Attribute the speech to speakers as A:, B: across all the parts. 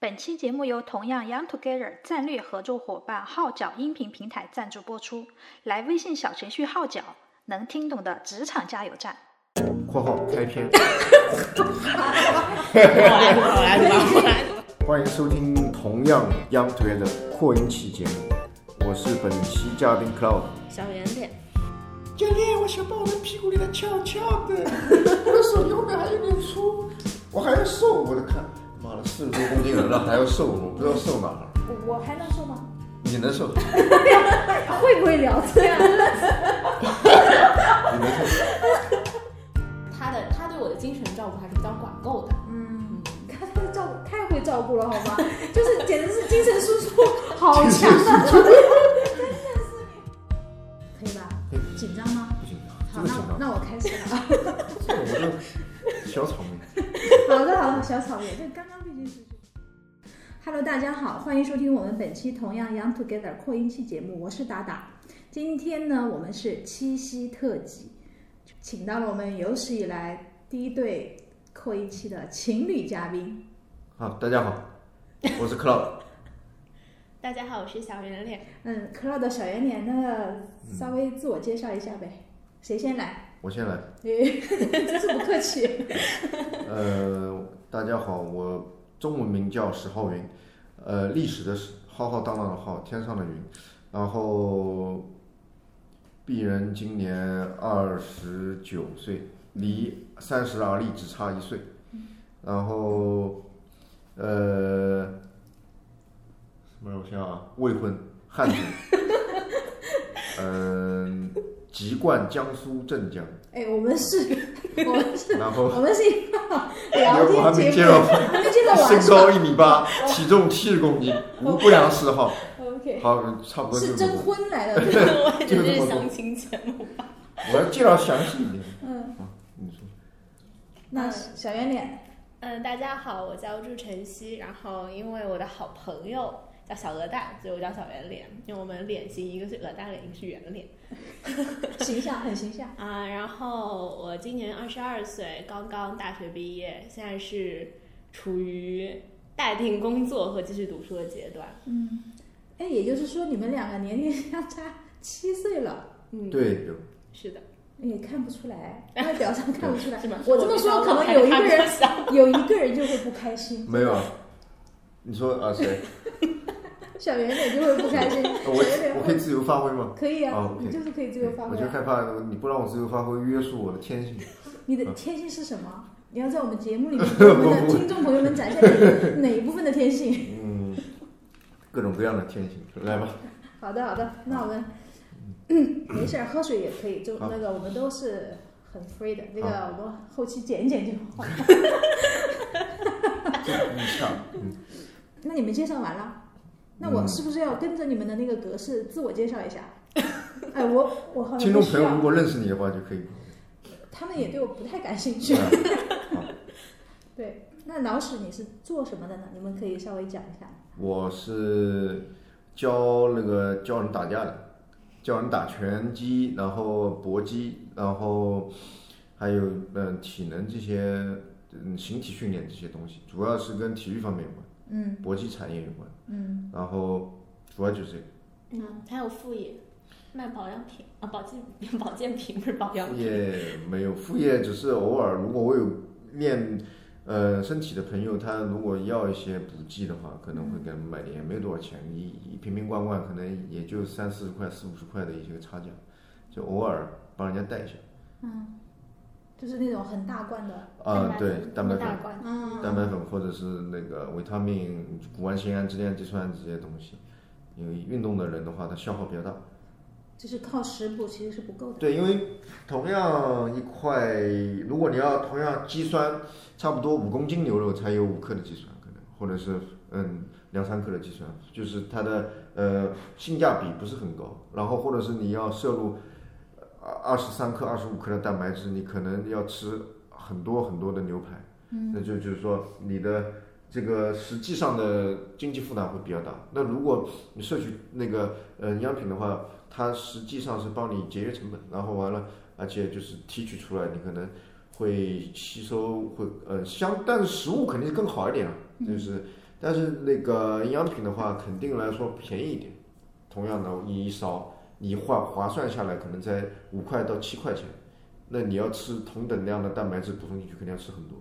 A: 本期节目由同样 Young Together 战略合作伙伴号角音频平台赞助播出。来微信小程序号角，能听懂的职场加油站。
B: （括号开篇
C: 我来，我来，我来。）
B: 欢迎收听同样 Young Together 扩音器节目，我是本期嘉宾 Cloud。
C: 小圆脸，
D: 教练，我想把我的屁股练得翘翘的， 我的手后面还有点粗，我还要瘦，我的看，妈的，四十多公斤人了还要瘦，我不知道瘦哪儿了。
E: 我还能瘦吗？
D: 你能瘦，你
E: 会不会聊天？啊
D: 能瘦，
C: 他的他对我的精神照顾还是比较管够的。
E: 嗯，他他照顾太会照顾了，好吗？就是简直是精神输出好强 啊！可以吧
D: 可？
E: 紧张吗？
D: 不紧
E: 好，
D: 张，真的紧
E: 那我
D: 张，
E: 那我开始了。
D: 这个我就小草莓。
E: 好的，好的，小草原，这刚刚毕竟是。Hello，大家好，欢迎收听我们本期同样 Young Together 扩音器节目，我是达达。今天呢，我们是七夕特辑，请到了我们有史以来第一对扩音器的情侣嘉宾。
B: 好，大家好，我是 Cloud。
C: 大家好，我是小圆 脸。
E: 嗯，Cloud 小圆脸呢，稍微自我介绍一下呗，谁先来？
B: 我先来。
E: 哎真是不客气。
B: 呃，大家好，我中文名叫史浩云，呃，历史的史，浩浩荡荡的浩，天上的云。然后，鄙人今年二十九岁，离三十而立只差一岁。然后，呃，什么？我想想啊，未婚，汉 族。嗯、籍贯江苏镇江。
E: 哎，我们是，我们是，
B: 然后。
E: 我们是一个聊
B: 我还没
E: 天
B: 介
E: 节
B: 绍
E: 目，还没介绍完。
B: 身高一米八，体重七十公斤，无不良嗜好。
E: OK，
B: 好，差不多就是是这
E: 征
B: 么多。
E: 婚来的，
C: 我
B: 这个这么多
C: 亲节目。
B: 我要介绍详细一点。啊
E: 嗯，
B: 你说，
E: 那小圆脸，
C: 嗯，大家好，我叫祝晨曦。然后因为我的好朋友叫小鹅蛋，所以我叫小圆脸。因为我们脸型一个是鹅蛋脸，一个是圆脸。
E: 形象很形象，
C: 啊，然后我今年二十二岁，刚刚大学毕业，现在是处于待定工作和继续读书的阶段。
E: 嗯，哎，也就是说你们两个年龄 相差七岁了，
C: 嗯，，
B: 对，有
C: 是的，
E: 也看不出来，外表上看不 出来
C: 是吧？。
E: 我这么说，可能有一个人，有一个人就会不开心，
B: 没有啊？你说啊 谁？
E: 小圆脸就会不开心，小圆
B: 我
E: 脸
B: 我可以
E: 会
B: 自由发挥吗？
E: 可以
B: 啊
E: 啊，
B: ，OK
E: 你就是可以自由发
B: 我
E: 挥
B: 就
E: 啊。
B: 害怕你不让我自由发挥，约束我的天性。
E: 你
B: 嗯
E: 的天性是什么？你要在我们节目 里面给我们的听众朋友们展现你哪一部分的天性？
B: 嗯，各种各样的天性，来 吧。
E: 好的，好的，那我们、 没事儿，喝水也可以，就
B: 嗯好
E: 那个我们都是很 free 的，那
B: 好
E: 个我们后期剪一剪就好。
B: 这你抢，嗯，
E: 那你们介绍完了，那我是不是要跟着你们的那个格式自我介绍一下？哎，我我好像
B: 听
E: 不
B: 众
E: 需
B: 朋友如
E: 要，
B: 果认识你的话，就可以。
E: 他们也对我不太感兴趣。对，那老史你是做什么的呢？你们可以稍微讲一下。
B: 我是教那个教人打架的，教人打拳击，然后搏击，然后还有嗯、体能这些，嗯形体训练这些东西，主要是跟体育方面有关，
E: 嗯
B: 搏击产业有关，
E: 嗯，
B: 然后主要就是这个，
C: 嗯，还有副业，卖保养品啊，保健 保健品不是保养
B: 副
C: 品。
B: 业没有，副业只是偶尔，如果我有练。呃，身体的朋友，他如果要一些补剂的话，可能会给他们买点，也没多少钱，一一瓶瓶罐罐可能也就三四十块、四五十块的一些差价，就偶尔帮人家带一下。
E: 就是那种很大罐的，
B: 啊、对，蛋白
C: 大
B: 粉、
C: 罐。
E: 嗯，
B: 蛋白粉或者是那个维他命、谷氨酰胺、支链肌酸这些东西，因为运动的人的话，它消耗比较大。
E: 就是靠食补其实是不够的。
B: 对，因为同样一块，如果你要同样肌酸，差不多五公斤牛肉才有五克的肌酸，可能或者是嗯两三克的肌酸，就是它的呃性价比不是很高。然后或者是你要摄入二二十三克、二十五克的蛋白质，你可能要吃很多很多的牛排，嗯、那就就是说你的。这个实际上的经济负担会比较大。那如果你摄取那个呃营养品的话，它实际上是帮你节约成本，然后完了，而且就是提取出来，你可能会吸收会呃相，但是食物肯定是更好一点啊，就是但是那个营养品的话，肯定来说便宜一点。同样的，你一勺，你划划算下来可能才五块到七块钱，那你要吃同等量的蛋白质补充进去，肯定要吃很多。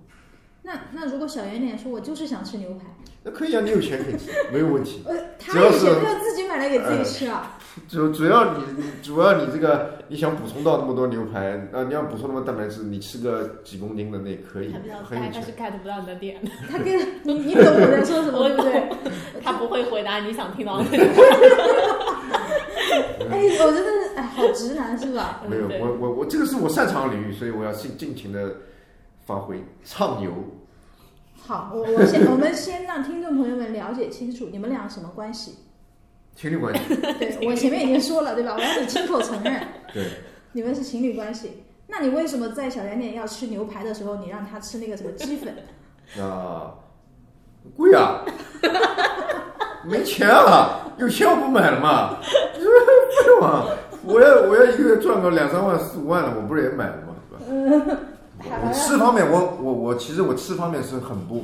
E: 那那如果小圆脸说我就是想吃牛排，
B: 那可以啊，你有钱可以吃，没有问题。
E: 呃，他
B: 只要
E: 有
B: 是
E: 钱他要自己买来给自己吃啊。
B: 主主要你你主要你这个你想补充到那么多牛排，啊、你要补充那么多蛋白质，你吃个几公斤的那也可以
C: 他比较，
B: 很有
C: 菜，他
B: 钱
C: 是。get 不到你的点的，
B: 哎
E: 他跟你你懂我在说什么，
C: 我
E: 对不对？
C: 他不会回答你想听到的点。
E: 哎，我真的是哎，好直男是吧？
B: 没有，
C: 对
B: 我我我这个是我擅长的领域，所以我要尽尽情的发挥，畅游。
E: 好，我我先我们先让听众朋友们了解清楚你们俩什么关 系。
B: 情侣关系，
E: 对我前面已经说了，对吧？我要你亲口承认，
B: 对，
E: 你们是情侣关系。那你为什么在小圆脸要吃牛排的时候，你让他吃那个什么鸡粉？
B: 那啊贵啊，没钱啊，有钱我不买了嘛，不用啊，我要我要一个月赚个两三万四五万了，我不是也买了嘛，对吧？我吃方面，我我我其实我吃方面是很不，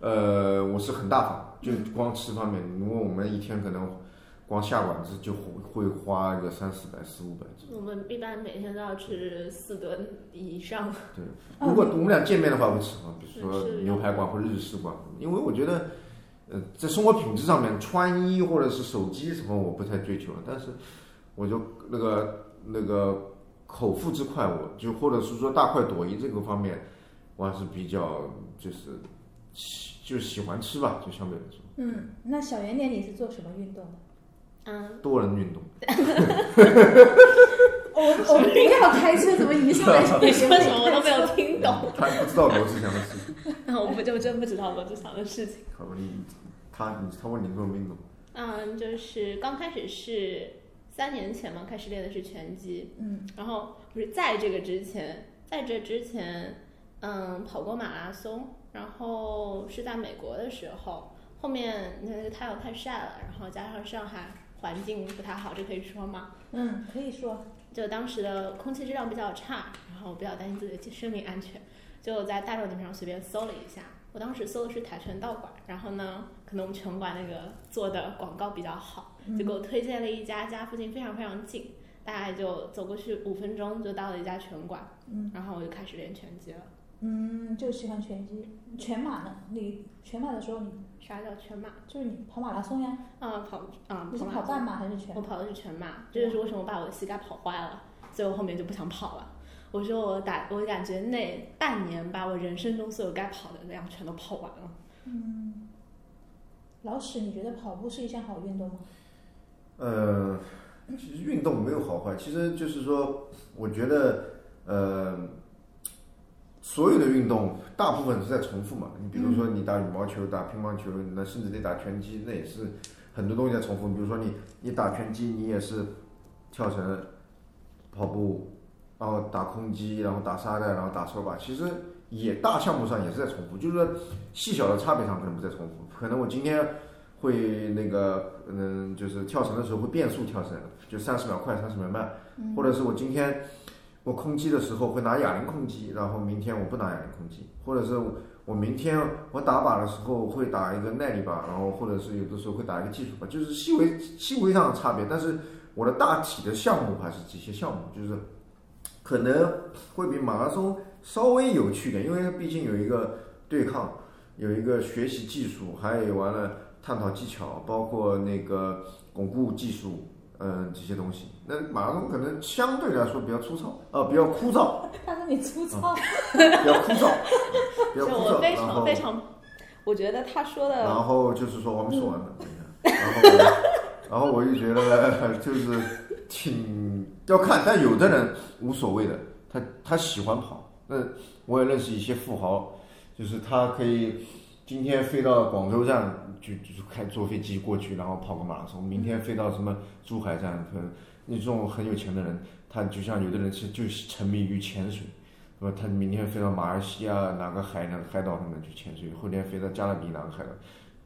B: 呃，我是很大方，就光吃方面，如果我们一天可能光下馆子就会会花个三四百、四五百。
C: 我们一般每天都要吃四顿以 上，
E: 哦
B: 如果我们俩见面的话，会吃啊，比如说
C: 嗯是是
B: 牛排馆或日式馆，因为我觉得，呃，在生活品质上面，穿衣或者是手机什么，我不太追求了。但是，我就那个那个口腹之快，我就或者是说大快朵颐这个方面，我还是比较就是喜就是喜欢吃吧，就相对来说，
E: 嗯，那小圆脸你是做什么运动的？
C: 嗯，
B: 多人运动。
E: 我 我们不要开车，怎么一上来就
C: 你
E: 被
C: 说什么我都没有听 懂，
B: 他不知道罗志祥的事情，
C: 我不就真不知道罗志祥的事情。
B: 好吧，你他你他问你做运动，
C: 嗯，就是刚开始是三年前嘛，开始练的是拳击，
E: 嗯，
C: 然后不是在这个之前，在这之前，嗯，跑过马拉松，然后是在美国的时候，后面那个太阳太晒了，然后加上上海环境不太好，这可以说吗？
E: 嗯，可以说
C: 就当时的空气质量比较差，然后我比较担心自己的生命安全，就在大众点评上随便搜了一下。我当时搜的是跆拳道馆，然后呢，可能我们拳馆那个做的广告比较好，就
E: 嗯
C: 给我推荐了一家，家附近非常非常近，大概就走过去五分钟就到了一家拳馆，
E: 嗯，
C: 然后我就开始练拳击了。
E: 嗯，就喜欢拳击、全马呢。你全马的时候你，
C: 啥叫全马？
E: 就是你跑马拉松呀，
C: 啊，跑啊，
E: 你是
C: 马
E: 跑
C: 拉松
E: 半马还是全
C: 我？跑的是全马，这就是为什么我把我的膝盖跑坏了，所以我后面就不想跑了。我说我打，我感觉那半年把我人生中所有该跑的量全都跑完了。
E: 嗯，老史，你觉得跑步是一项好运动吗？
B: 呃，其实运动没有好坏，其实就是说，我觉得，呃，所有的运动大部分是在重复嘛。你比如说，你打羽毛球、打乒乓球，那甚至你打拳击，那也是很多东西在重复。比如说你你打拳击，你也是跳绳、跑步，然后打空击，然后打沙袋，然后打手把，其实也大项目上也是在重复，就是说细小的差别上可能不再重复。可能我今天会那个，嗯，就是跳绳的时候会变速跳绳，就三十秒快，三十秒慢，或者是我今天我空击的时候会拿哑铃空击，然后明天我不拿哑铃空击，或者是我我明天我打靶的时候会打一个耐力靶，然后或者是有的时候会打一个技术靶，就是细微细微上的差别，但是我的大体的项目还是这些项目，就是可能会比马拉松稍微有趣一点，因为它毕竟有一个对抗，有一个学习技术，还有完了探讨技巧，包括那个巩固技术，嗯、这些东西。那马拉松可能相对来说比较粗糙，呃，比较枯燥，
E: 他说你粗糙，
B: 比较枯燥，嗯比较
C: 就
B: 枯
C: 我
B: 燥。
C: 非
B: 然
C: 常
B: 后
C: 非常，我觉得他说
B: 然
C: 的
B: 后就是说我们说完了，等一下，然后我 然后我就觉得就是挺要看，但有的人无所谓的，他他喜欢跑。那我也认识一些富豪，就是他可以今天飞到广州站就就开坐飞机过去，然后跑个马拉松，明天飞到什么珠海站，可能你这种很有钱的人，他就像有的人是就是沉迷于潜水。那么他明天飞到马来西亚哪个海哪个海岛上面去潜水，后天飞到加勒比哪个海岛，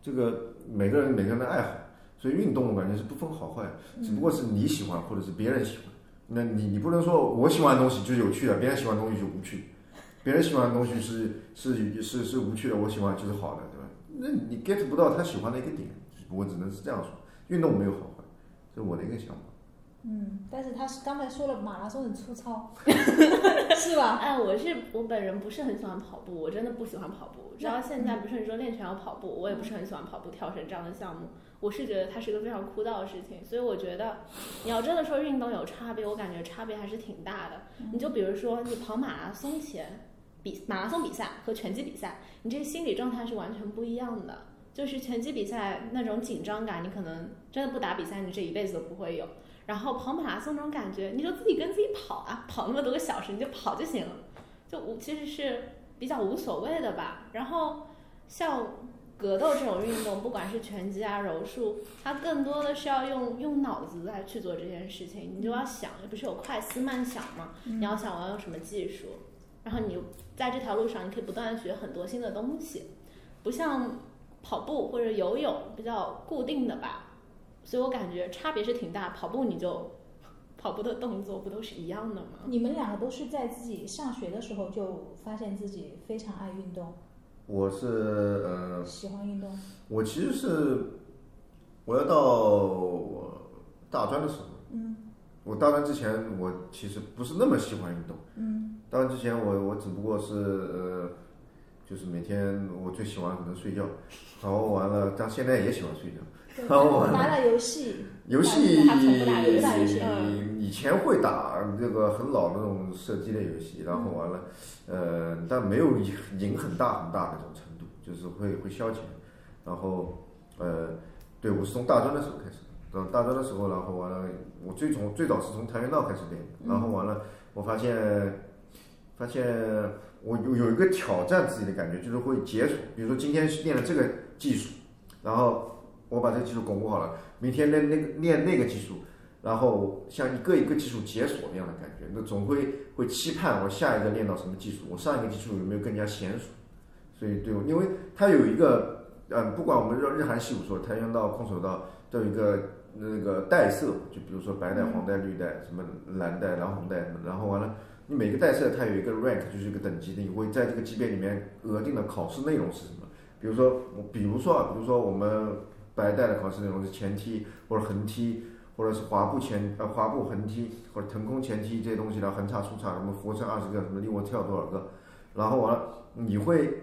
B: 这个每个人每个人的爱好，所以运动我感觉是不分好坏，只不过是你喜欢或者是别人喜欢。那你你不能说我喜欢的东西就是有趣的，别人喜欢的东西就无趣，别人喜欢的东西是是是是无趣的，我喜欢就是好的，对吧？那你 get 不到他喜欢的一个点，我只能是这样说，运动没有好坏，这是我的一个想法。
E: 嗯，但是他是刚才说了马拉松很粗 糙，是吧？
C: 哎，我是我本人不是很喜欢跑步，我真的不喜欢跑步。直到现在不是很说练拳要跑步，我也不是很喜欢跑步、跳绳这样的项目。我是觉得它是一个非常枯燥的事情，所以我觉得你要真的说运动有差别，我感觉差别还是挺大的。你就比如说你跑马拉松前比马拉松比赛和拳击比赛，你这个心理状态是完全不一样的。就是拳击比赛那种紧张感，你可能真的不打比赛，你这一辈子都不会有。然后跑马拉松那种感觉，你就自己跟自己跑啊，跑那么多个小时，你就跑就行了，就无其实是比较无所谓的吧。然后像格斗这种运动，不管是拳击啊、柔术，它更多的是要用用脑子来去做这件事情，你就要想，不是有快思慢想嘛，你要想我要用什么技术，然后你在这条路上，你可以不断的学很多新的东西，不像跑步或者游泳比较固定的吧，所以我感觉差别是挺大。跑步你就 跑步的动作不都是一样的吗？
E: 你们两个都是在自己上学的时候就发现自己非常爱运动，
B: 我是呃，
E: 喜欢运动。
B: 我其实是我要到我大专的时候，
E: 嗯
B: 我大专之前我其实不是那么喜欢运动，
E: 嗯
B: 大专之前我我只不过是呃，就是每天我最喜欢可能睡觉，然后完了，但现在也喜欢睡觉。
E: 对
B: 好玩
E: 打打 游戏，
B: 游戏
C: 他从不打游戏
B: 以前会打这个很老那种射击类游戏，然后完了，呃，但没有赢很大很大那种程度，就是会会消遣。然后，呃，对我是从大专的时候开始，到大专的时候，然后完了，我最从最早是从跆拳道开始练，然后完了，我发现，发现我有有一个挑战自己的感觉，就是会解锁，比如说今天是练了这个技术，然后我把这个技术巩固好了，明天练那个练那个技术。然后像一个一个技术解锁那样的感觉，那总会会期盼我下一个练到什么技术，我上一个技术有没有更加娴熟。所以对我，因为它有一个，嗯，不管我们日日韩系武术、跆拳道、空手道，都有一个那个带色，就比如说白带、黄带、绿带，什么蓝带、蓝红带，然后完了，你每个带色它有一个 rank，就是一个等级，你会在这个级别里面额定的考试内容是什么。比如说，我比如说啊，比如说我们白带的考试内容是前踢或者横踢，或者是滑步前呃滑步横踢或者腾空前踢这些东西的横叉竖叉，什么俯卧撑二十个，什么立卧跳多少个，然后完了你会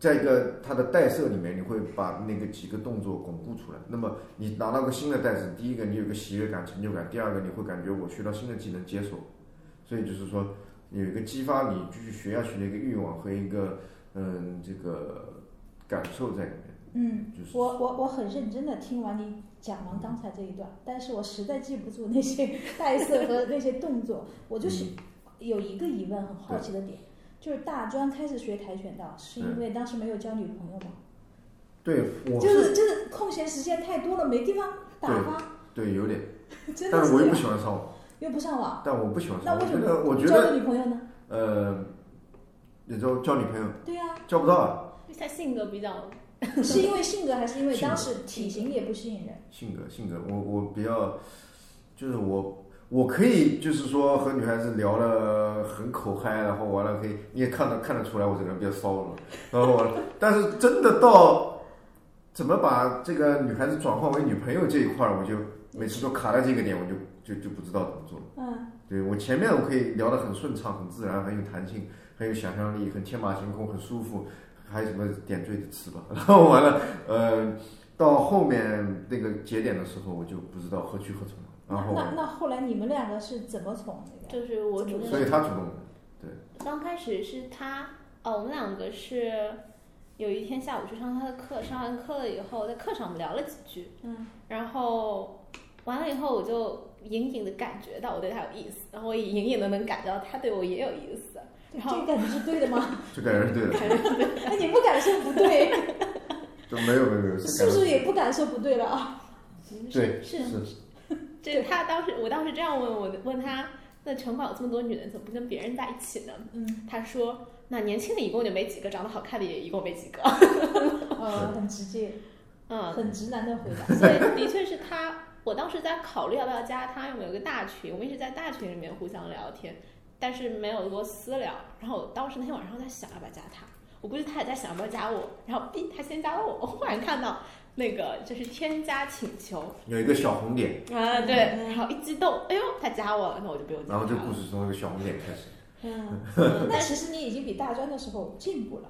B: 在一个它的带色里面，你会把那个几个动作巩固出来。那么你拿到个新的带子，第一个你有个喜悦感、成就感，第二个你会感觉我学到新的技能解锁，所以就是说有一个激发你继续学下去的一个欲望和一个嗯这个感受在里面，
E: 嗯。
B: 就是
E: 我我我很认真的听完你讲完刚才这一段，但是我实在记不住那些带色和那些动作，我就是
B: 嗯
E: 有一个疑问，很好奇的点，就是大专开始学跆拳道，是
B: 嗯
E: 因为当时没有交女朋友吗？
B: 对我
E: 就是就是空闲时间太多了，没地方打发，
B: 对有点，
E: 真的
B: 但
E: 是
B: 是我
E: 这
B: 又不
E: 样，
B: 喜欢上网，
E: 又不上网，
B: 但我不喜欢
E: 那
B: 上网，
E: 为
B: 我
E: 什
B: 觉
E: 么
B: 得我觉
E: 交
B: 得
E: 个女朋友呢？
B: 呃，也交交女朋友
E: 对呀、
B: 交不到啊，
C: 因为他性格比较
E: 是因为性格还是因为
B: 性格
E: 当时体型也不吸引人？
B: 性格性格，我我比较，就是我我可以就是说和女孩子聊的很口嗨，然后完了可以你也看得看得出来我这个人比较骚了，然后完了，但是真的到怎么把这个女孩子转化为女朋友这一块儿，我就每次都卡在这个点，我就就就不知道怎么做了。
E: 嗯，
B: 对我前面我可以聊得很顺畅、很自然、很有弹性、很有想象力、很天马行空、很舒服，还有什么点缀的词吧？然后完了，呃，到后面那个节点的时候，我就不知道何去何从了。然
E: 那那
B: 后，
E: 那后来你们两个是怎么从那个？
C: 就是我主动
B: 所以他主动的，
C: 刚开始是他，哦，我们两个是有一天下午去上他的课，上完课了以后，在课上我们聊了几句，
E: 嗯，
C: 然后完了以后，我就隐隐的感觉到我对他有意思，然后我也隐隐的能感觉到他对我也有意思，
E: 这
C: 然后
E: 这个感觉是对的吗？
B: 这个人对了，
E: 那你不感受不对。
B: 就没有没有没有，
E: 是不是也不感受不对了啊？
B: 对
C: 是
B: 是
C: 这他当时我当时这样问我问他，那城管有这么多女人，怎么不跟别人在一起呢？
E: 嗯，
C: 他说，那年轻的一共就没几个，长得好看的也一共没几个，
E: 呃，很直接，
C: 嗯，
E: 很直男的回 答。
C: 所以的确是他，我当时在考虑要不要加他，因为我们有个大群，我们一直在大群里面互相聊天，但是没有多私聊。然后我当时那天晚上在想要不要加他，我估计他也在想要不要加我，然后 B 他先加了我，我忽然看到那个就是添加请求
B: 有一个小红点，
C: 啊，对，然后一激动，哎呦他加我了，那我就不用加
B: 然
C: 他
B: 后这
C: 了
B: 故。事从一个小红点开始。
E: 嗯，那
C: 但
E: 其实你已经比大专的时候进步了，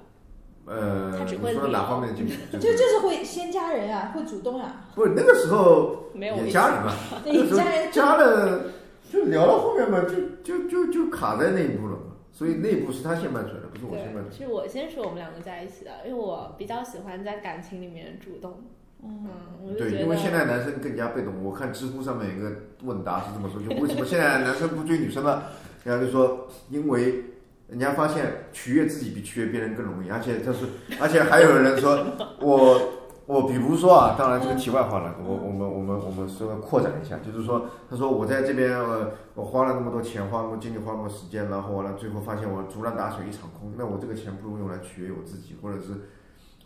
B: 呃，
C: 他只会
B: 你说
C: 聊
B: 哪方面进步？
E: 就
B: 就是
E: 就是会先加人啊，会主动啊，
B: 不是那个时候
C: 没有
B: 也
C: 微信
B: 加人嘛，
E: 对
B: 那时候
E: 加人
B: 加了就聊到后面嘛，就就就就卡在那一步了嘛，所以那一步是他先迈出来的，不是我先迈出来
C: 对，
B: 的。
C: 是我先说我们两个在一起的，因为我比较喜欢在感情里面主动。嗯，我就
B: 对，
C: 觉得
B: 因为现在男生更加被动。我看知乎上面有一个问答是这么说，就为什么现 在男生不追女生了？然后就说，因为人家发现取悦自己比取悦别人更容易，而且就是，而且还有人 说，我我比如说啊，当然这
C: 嗯
B: 个题外话了，我我们我们我们稍微扩展一下，就是说，他说我在这边呃，我花了那么多钱，花那么多精力，花那么多时间，然后完了最后发现我竹篮打水一场空，那我这个钱不如用来取悦我自己，或者是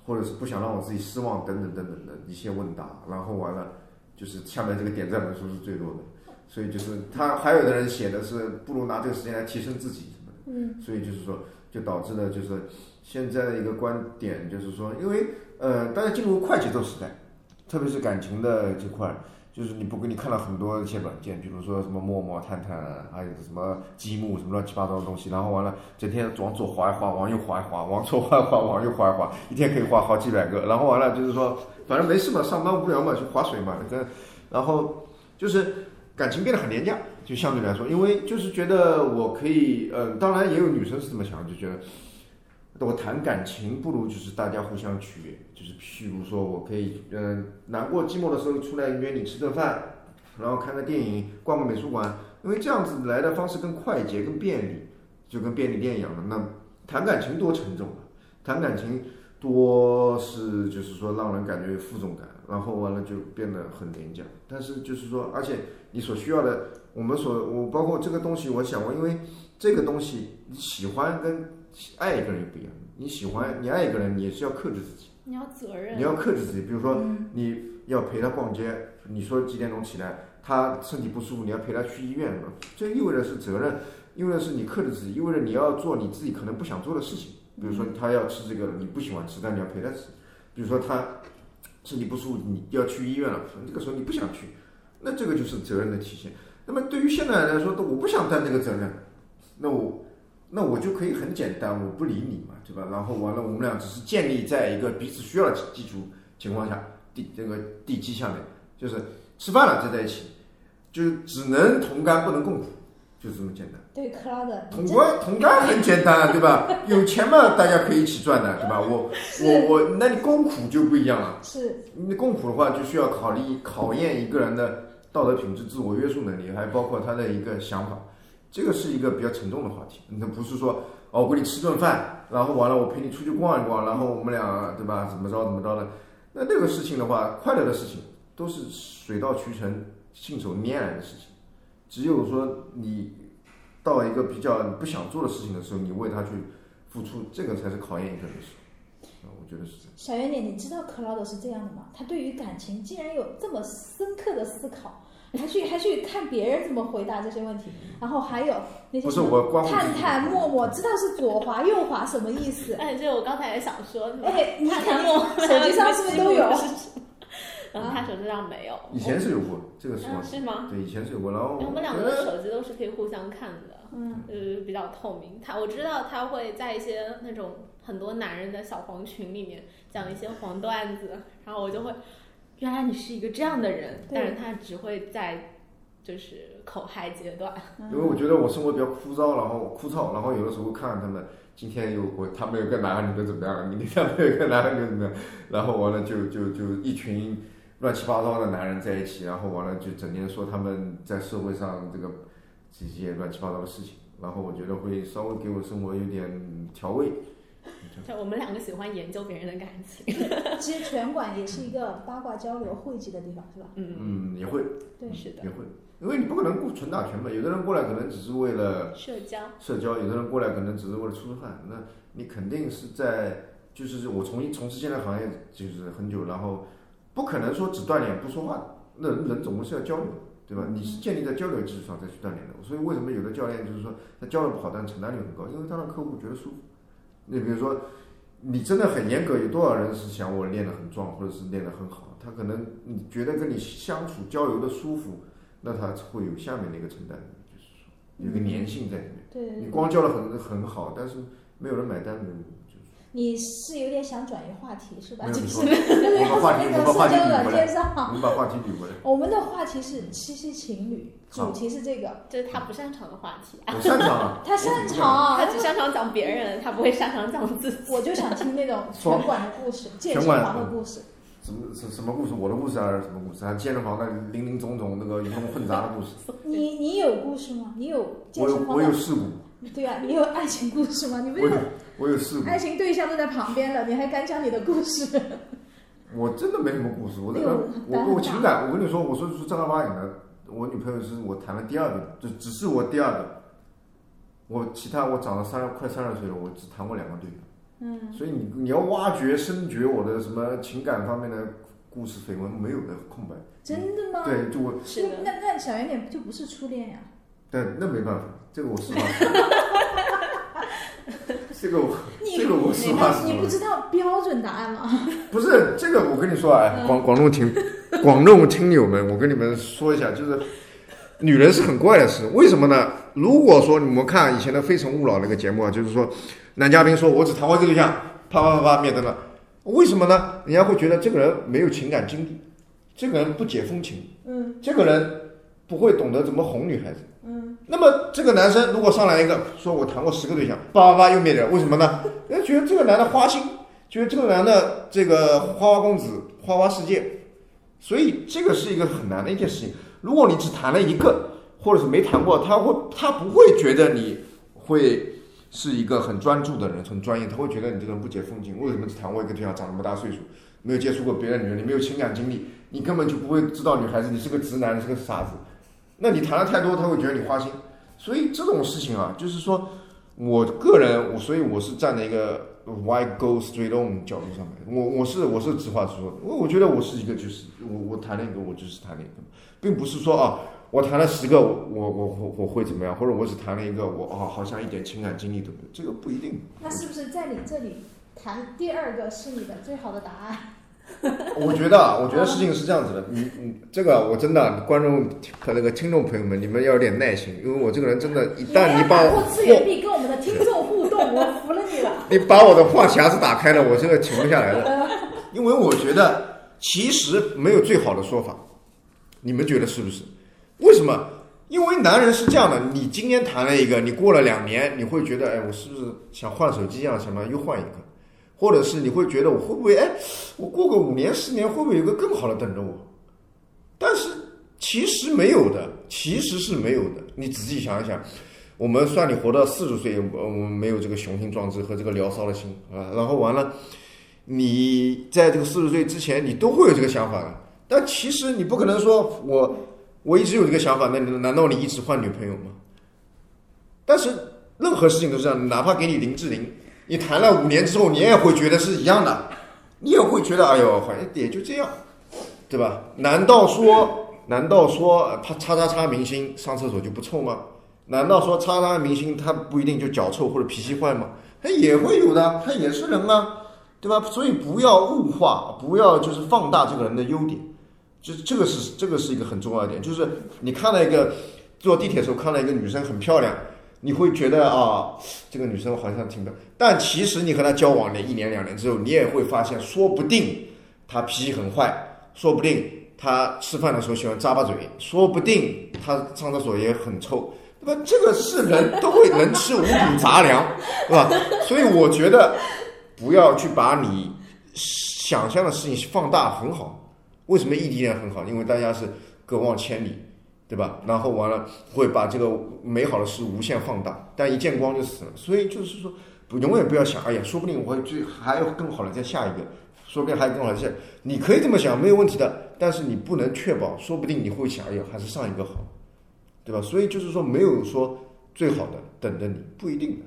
B: 或者是不想让我自己失望等等等等的一些问答，然后完了就是下面这个点赞人数是最多的，所以就是他还有的人写的是不如拿这个时间来提升自己什么的，嗯，所以就是说就导致了就是现在的一个观点就是说，因为呃，大家进入快节奏时代，特别是感情的这块。就是你不给你看到很多一些软件，比如说什么陌陌、探探啊，还有什么积木什么乱七八糟的东西，然后完了整天往左滑一滑，往右滑一滑，往左滑一滑，往右滑一滑，一天可以滑好几百个。然后完了就是说，反正没事嘛，上班无聊嘛，去划水嘛，跟然后就是感情变得很廉价，就相对来说，因为就是觉得我可以，嗯、当然也有女生是这么想，就觉得。我谈感情不如就是大家互相取悦，就是譬如说我可以，嗯、难过寂寞的时候出来约你吃顿饭，然后看个电影，逛个美术馆，因为这样子来的方式更快捷、更便利，就跟便利店一样的。那谈感情多沉重啊，谈感情多是就是说让人感觉有负重感，然后完了就变得很廉价。但是就是说，而且你所需要的，我们所我包括这个东西，我想过，因为这个东西你喜欢跟爱一个人又不一样，你喜欢你爱一个人，你也是要克制自己。
C: 你要责任，
B: 你要克制自己，比如说你要陪他逛街，你说几点钟起来，他身体不舒服，你要陪他去医院，这意味着是责任，意味着是你克制自己，意味着你要做你自己可能不想做的事情。比如说他要吃这个你不喜欢吃，但你要陪他吃；比如说他身体不舒服，你要去医院了，这个时候你不想去，那这个就是责任的体现。那么对于现在人来说，我不想担这个责任，那我那我就可以很简单，我不理你嘛，对吧？然后完了，我们俩只是建立在一个彼此需要的基基础情况下，地这个地基下面，就是吃饭了再在一起，就是只能同甘不能共苦，就这么简单。
E: 对克拉的，
B: 同甘同甘很简单啊，对吧？有钱嘛，大家可以一起赚的，对吧？我我我，那你共苦就不一样了。
E: 是
B: 你共苦的话，就需要考虑考验一个人的道德品质、自我约束能力，还包括他的一个想法。这个是一个比较沉重的话题，那不是说哦，我给你吃顿饭，然后完了我陪你出去逛一逛，然后我们俩对吧，怎么着怎么着的。那这个事情的话，快乐的事情都是水到渠成、信手拈来的事情。只有说你到一个比较你不想做的事情的时候，你为他去付出，这个才是考验一个人的时候。啊，我觉得是这样。
E: 小圆脸，你知道克拉德是这样的吗？他对于感情竟然有这么深刻的思考， 还去还去看别人怎么回答这些问题，然后还有那些
B: 不是
E: 什么
B: 我光顾
E: 探
B: 自己
E: 哎探、陌陌，知道是左滑右滑什么 意思？
C: 哎，这我刚才也想 说，
E: 哎，你
C: 看
E: 肯定
C: 我
E: 手机上是不是都有？
C: 然后他手机上没有，
B: 以前是有过这个时候
C: 嗯，是吗？
B: 对，以前是有过，然后
C: 我们两
B: 觉
C: 个的
B: 得
C: 手机都是可以互相看的，
E: 嗯，
C: 呃，比较透明。他我知道他会在一些那种很多男人的小黄群里面讲一些黄段子，然后我就会，原来你是一个这样的人，
E: 对
C: 但是他只会在就是口嗨阶段，
B: 因为我觉得我生活比较枯燥，然后枯燥，然后有的时候看看他们今天有我他们有个男孩女的怎么样，明天他们有个男孩女的怎么样，然后完了就就就一群乱七八糟的男人在一起，然后完了就整天说他们在社会上这个这些乱七八糟的事情，然后我觉得会稍微给我生活有点调味。
C: 就我们两个喜欢研究别人的感情，
E: 其实拳馆也是一个八卦交流汇集的地方，是吧？
C: 嗯，
B: 嗯，也会
E: 对
C: 是的
B: 也，会，因为你不可能顾纯打拳嘛，有的人过来可能只是为了。
C: 社交，
B: 社交，有的人过来可能只是为了吃吃饭，那你肯定是在，就是我从从事现在行业就是很久，然后不可能说只锻炼不说话的，那人总归是要交流的，对吧？你是建立在交流基础上再去锻炼的，所以为什么有的教练就是说他教的不好，但承担率很高，因为他让客户觉得舒服。你比如说，你真的很严格，有多少人是想我练得很壮，或者是练得很好？他可能你觉得跟你相处交流的舒服，那他会有下面的一个承担，就是说有一个粘性在里面。
E: 对
B: 你，光教的很很好，但是没有人买单，没有
E: 你是有点想转移话题是吧？
B: 没有
E: 就是
B: 你我把话题
E: 那
B: 我把
E: 个社
B: 话题
E: 交
B: 捋
E: 软
B: 回
E: 件
B: 来，
E: 上，
B: 我们把话题捋回来。
E: 我们的话题是七夕情侣，主题是这 个。
C: 就是他不擅长的话题，
B: 我擅长啊，
E: 他擅长啊，
C: 哦他只擅长讲别人，他不会擅长讲 自己。
E: 我就想听那种拳馆的故事，健身房
B: 嗯
E: 的故事。
B: 什么什什么故事？我的故事还是什么故事？还健身房的林林总总那个鱼龙混杂的故事。
C: 嗯
E: 你你有故事吗？你有健
B: 我有
E: 身房
B: 我有
E: 的？
B: 事故，
E: 对啊，你有爱情故事吗？你不
B: 我有
E: 是
B: 我有事故，
E: 爱情对象都在旁边了，你还敢讲你的故事？
B: 我真的没什么故事。我这
E: 哎呦
B: 个
E: 胆
B: 我我
E: 很
B: 情
E: 大
B: 感，我跟你说，我说是正儿八经的，我女朋友是我谈了第二个，就只是我第二个。我其他我长到三十快三十岁了，我只谈过两个对象。
E: 嗯，
B: 所以你你要挖掘深掘我的什么情感方面的故事绯闻没有的空白，
E: 真的吗？
B: 对，就我
C: 是的，
E: 那那小圆脸就不是初恋呀、
B: 但那没办法，这个我实话实 说，这个我
E: 你
B: 这个我实话
E: 你
B: 实
E: 不
B: 说，
E: 知道标准答案吗？
B: 不是这个我跟你说哎，广广东听 广东听友们，我跟你们说一下，就是女人是很怪的事，为什么呢？如果说你们看以前的《非诚勿扰》那个节目啊，就是说男嘉宾说我只谈过这个对象，啪啪啪啪灭灯了，为什么呢？人家会觉得这个人没有情感经历，这个人不解风情。
E: 嗯
B: 这个人不会懂得怎么哄女孩子。
E: 嗯，
B: 那么这个男生如果上来一个说我谈过十个对象，叭叭叭又灭掉了，为什么呢？人家觉得这个男的花心，觉得这个男的这个花花公子、花花世界，所以这个是一个很难的一件事情。如果你只谈了一个，或者是没谈过，他会他不会觉得你会是一个很专注的人、很专业，他会觉得你这个人不解风情。为什么只谈过一个对象，长那么大岁数，没有接触过别的女人，你没有情感经历，你根本就不会知道女孩子你是个直男，你是个傻子。那你谈的太多，他会觉得你花心。所以这种事情啊，就是说，我个人，我所以我是站在一个 why go straight on 角度上面，我我是我是直话直说，我我觉得我是一个就是我我谈了一个我就是谈了一个，并不是说啊我谈了十个我我我我我会怎么样，或者我只谈了一个我哦好像一点情感经历都没有，这个不一定。
E: 那是不是在你这里谈第二个是你的最好的答案？
B: 我觉得， 啊，我觉得事情是这样子的，你你这个我真的啊观众和那个听众朋友们，你们要有点耐心，因为我这个人真的，一旦你
E: 还
B: 把
E: 打
B: 我
E: 破次元壁跟我们的听众互动，我服了你了。
B: 你把我的话匣子打开了，我这个停不下来了。 因为我觉得其实没有最好的说法，你们觉得是不是？为什么？因为男人是这样的，你今天谈了一个，你过了两年，你会觉得，哎，我是不是想换手机啊？想么又换一个？或者是你会觉得我会不会，哎，我过个五年十年，会不会有个更好的等着我？但是其实没有的，其实是没有的。你仔细想一想，我们算你活到四十岁，我我们没有这个雄心壮志和这个聊骚的心啊。然后完了，你在这个四十岁之前，你都会有这个想法的。但其实你不可能说我我一直有这个想法，那你难道你一直换女朋友吗？但是任何事情都是这样，哪怕给你林志玲，你谈了五年之后，你也会觉得是一样的，你也会觉得哎呦，好像也就这样，对吧？难道说难道说呃他叉叉叉明星上厕所就不臭吗？难道说叉叉明星他不一定就脚臭或者脾气坏吗？他也会有的，他也是人啊，对吧？所以不要物化，不要就是放大这个人的优点，就这个是这个是一个很重要的点，就是你看到一个坐地铁的时候看到一个女生很漂亮，你会觉得啊，这个女生好像挺漂亮，但其实你和她交往了一年两年之后，你也会发现，说不定她脾气很坏，说不定她吃饭的时候喜欢咂巴嘴，说不定她上厕所也很臭。那么这个是人都会能吃五谷杂粮， 对吧？所以我觉得不要去把你想象的事情放大，很好。为什么异地恋很好？因为大家是隔望千里，对吧？然后完了会把这个美好的事无限放大，但一见光就死了。所以就是说，不永远不要想，哎呀，说不定我就还有更好的，再下一个，说不定还有更好的下。你可以这么想，没有问题的。但是你不能确保，说不定你会想，哎呀，还是上一个好。对吧？所以就是说，没有说最好的等着你，不一定的。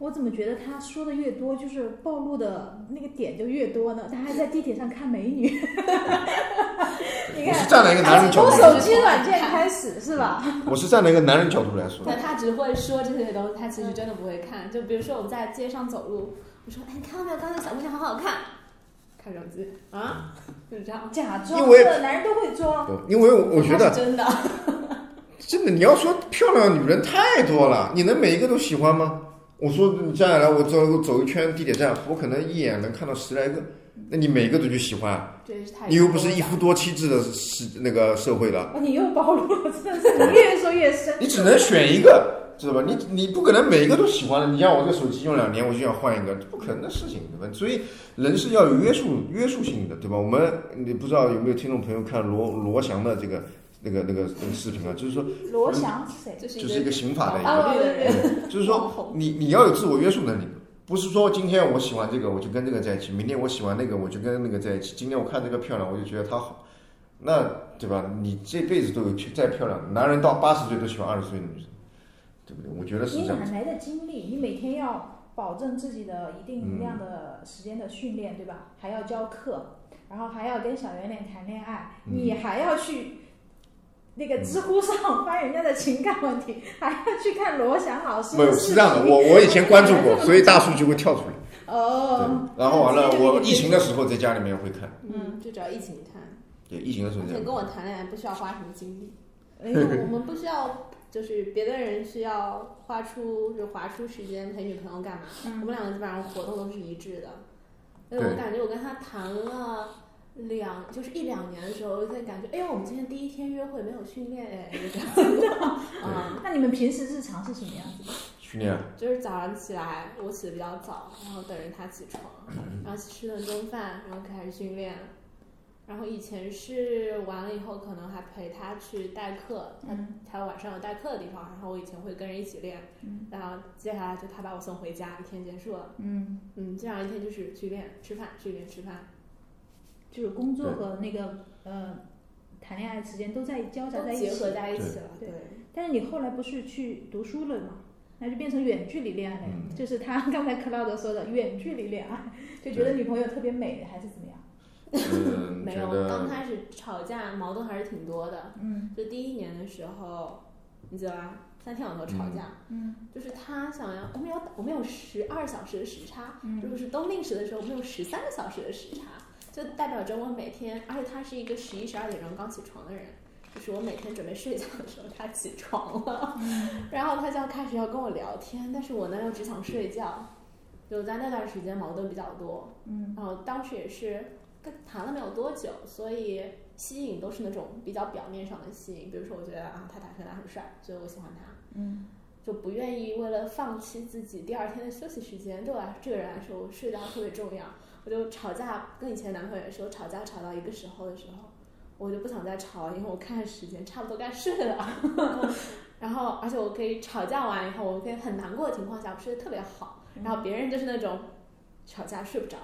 E: 我怎么觉得他说的越多，就是暴 露的那个点就越多呢？他还在地铁上看美女，你你
B: 我是
E: 看，
B: 站在一个男人角
E: 从
B: 度，
E: 手机软件开始是吧？
B: 我是站在一个男人角度来说的，
C: 但他只会说这些东西，他其实真的不会看。就比如说我们在街上走路，我说：“哎，你看到没有？刚才小姑娘好好看。”看手机啊，就是这样。
E: 假装，
B: 因为
E: 这个男人都会装。
B: 对嗯因为我我觉
C: 他
B: 得
C: 是真的，
B: 真的，你要说漂亮的女人太多了，你能每一个都喜欢吗？我说你站下来，我走走一圈地铁站，我可能一眼能看到十来个，那你每一个都去喜欢，啊
C: 真是太
B: 你又不是一夫多妻制的世那个社会了，
E: 哦，你又暴露了，真的是你越说越深。
B: 你只能选一个，知道吧？你你不可能每一个都喜欢的，你让我这个手机用两年，我就想换一个，这不可能的事情，对吧？所以人是要有约束约束性的，对吧？我们你不知道有没有听众朋友看罗罗翔的这个那个那个那个视频啊，就是说
E: 罗翔是谁？
C: 就是
B: 就是一个哦刑法的一个
C: 法律的人，
B: 就是说你你要有自我约束能力，不是说今天我喜欢这个我就跟这个在一起，明天我喜欢那个我就跟那个在一起，今天我看这个漂亮我就觉得她好，那对吧？你这辈子都有再漂亮的男人到八十岁都喜欢二十岁的女生，对不对？我觉得是
E: 你
B: 这样
E: 哪。来的精力？你每天要保证自己的一定量的时间的训练，对吧？还要教课，然后还要跟小圆脸谈恋爱，
B: 嗯
E: 你还要去那个知乎上翻人家的情感 问题，还要去看罗翔老师
B: 没
E: 的
B: 有
E: 视频。
B: 是这样的，我我以前关注过，所以大数据会跳出来。对
E: 哦，，
B: 然后完了，我疫情的时候在家里面会看，
C: 嗯，就只要疫情看，
B: 对，疫情的时候
C: 而
B: 在
C: 且
B: 家里
C: 跟
B: 面。
C: 我谈恋爱不需要花什么精力，
E: 哎
C: 就我们不需要，就是别的人需要花出就划出时间陪女朋友干嘛，
E: 嗯
C: 我们两个基本上活动都是一致的。哎，
B: 对
C: 我感觉我跟他谈了两，就是一两年的时候，我就在感觉，哎呦，我们今天第一天约会没有训练，哎，就这样嗯，
E: 那你们平时日常是什么样子？
B: 训练，啊
C: 就是早上起来，我起的比较早，然后等着他起床，然后吃顿中饭，然后开始训练。然后以前是完了以后，可能还陪他去代课，
E: 嗯，
C: 他晚上有代课的地方，然后我以前会跟人一起练，
E: 嗯
C: 然后接下来就他把我送回家，一天结束了，
E: 嗯，
C: 嗯，这样一天就是去练、吃饭、去练、吃饭，
E: 就是工作和那个呃谈恋爱时间都在交杂
C: 都
E: 在一
C: 结
E: 起
C: 合。在一起了，
E: 对
C: 对，
E: 但是你后来不是去读书了嘛？那就变成远距离恋爱了呀，
B: 嗯
E: 就是他刚才 Cloud 说的远距离恋爱，就觉得女朋友特别美还是怎么样？
B: 嗯，
C: 没
B: 觉
C: 有，刚
B: 得
C: 开始吵架矛盾还是挺多的，
E: 嗯
C: 就第一年的时候，你记得吧？三天两头吵架，
E: 嗯
C: 就是他想要我们有我们有十二小时的时差，如
E: 嗯
C: 果是冬令时的时候，我们有十三个小时的时差，就代表着我每天，而且他是一个十一十二点钟刚起床的人，就是我每天准备睡觉的时候他起床了，
E: 嗯
C: 然后他就要开始要跟我聊天，但是我呢又只想睡觉，就在那段时间矛盾比较多，
E: 嗯
C: 然后当时也是跟谈了没有多久，所以吸引都是那种比较表面上的吸引，比如说我觉得啊他打拳打很帅，所以我喜欢他，
E: 嗯，
C: 就不愿意为了放弃自己第二天的休息时间，对我来这个人来说，我睡觉特别重要。我就吵架，跟以前男朋友也说，吵架吵到一个时候的时候，我就不想再吵了，因为我看时间差不多该睡了。 然后，而且我可以吵架完以后，我可以很难过的情况下，我睡得特别好。然后别人就是那种吵架睡不着，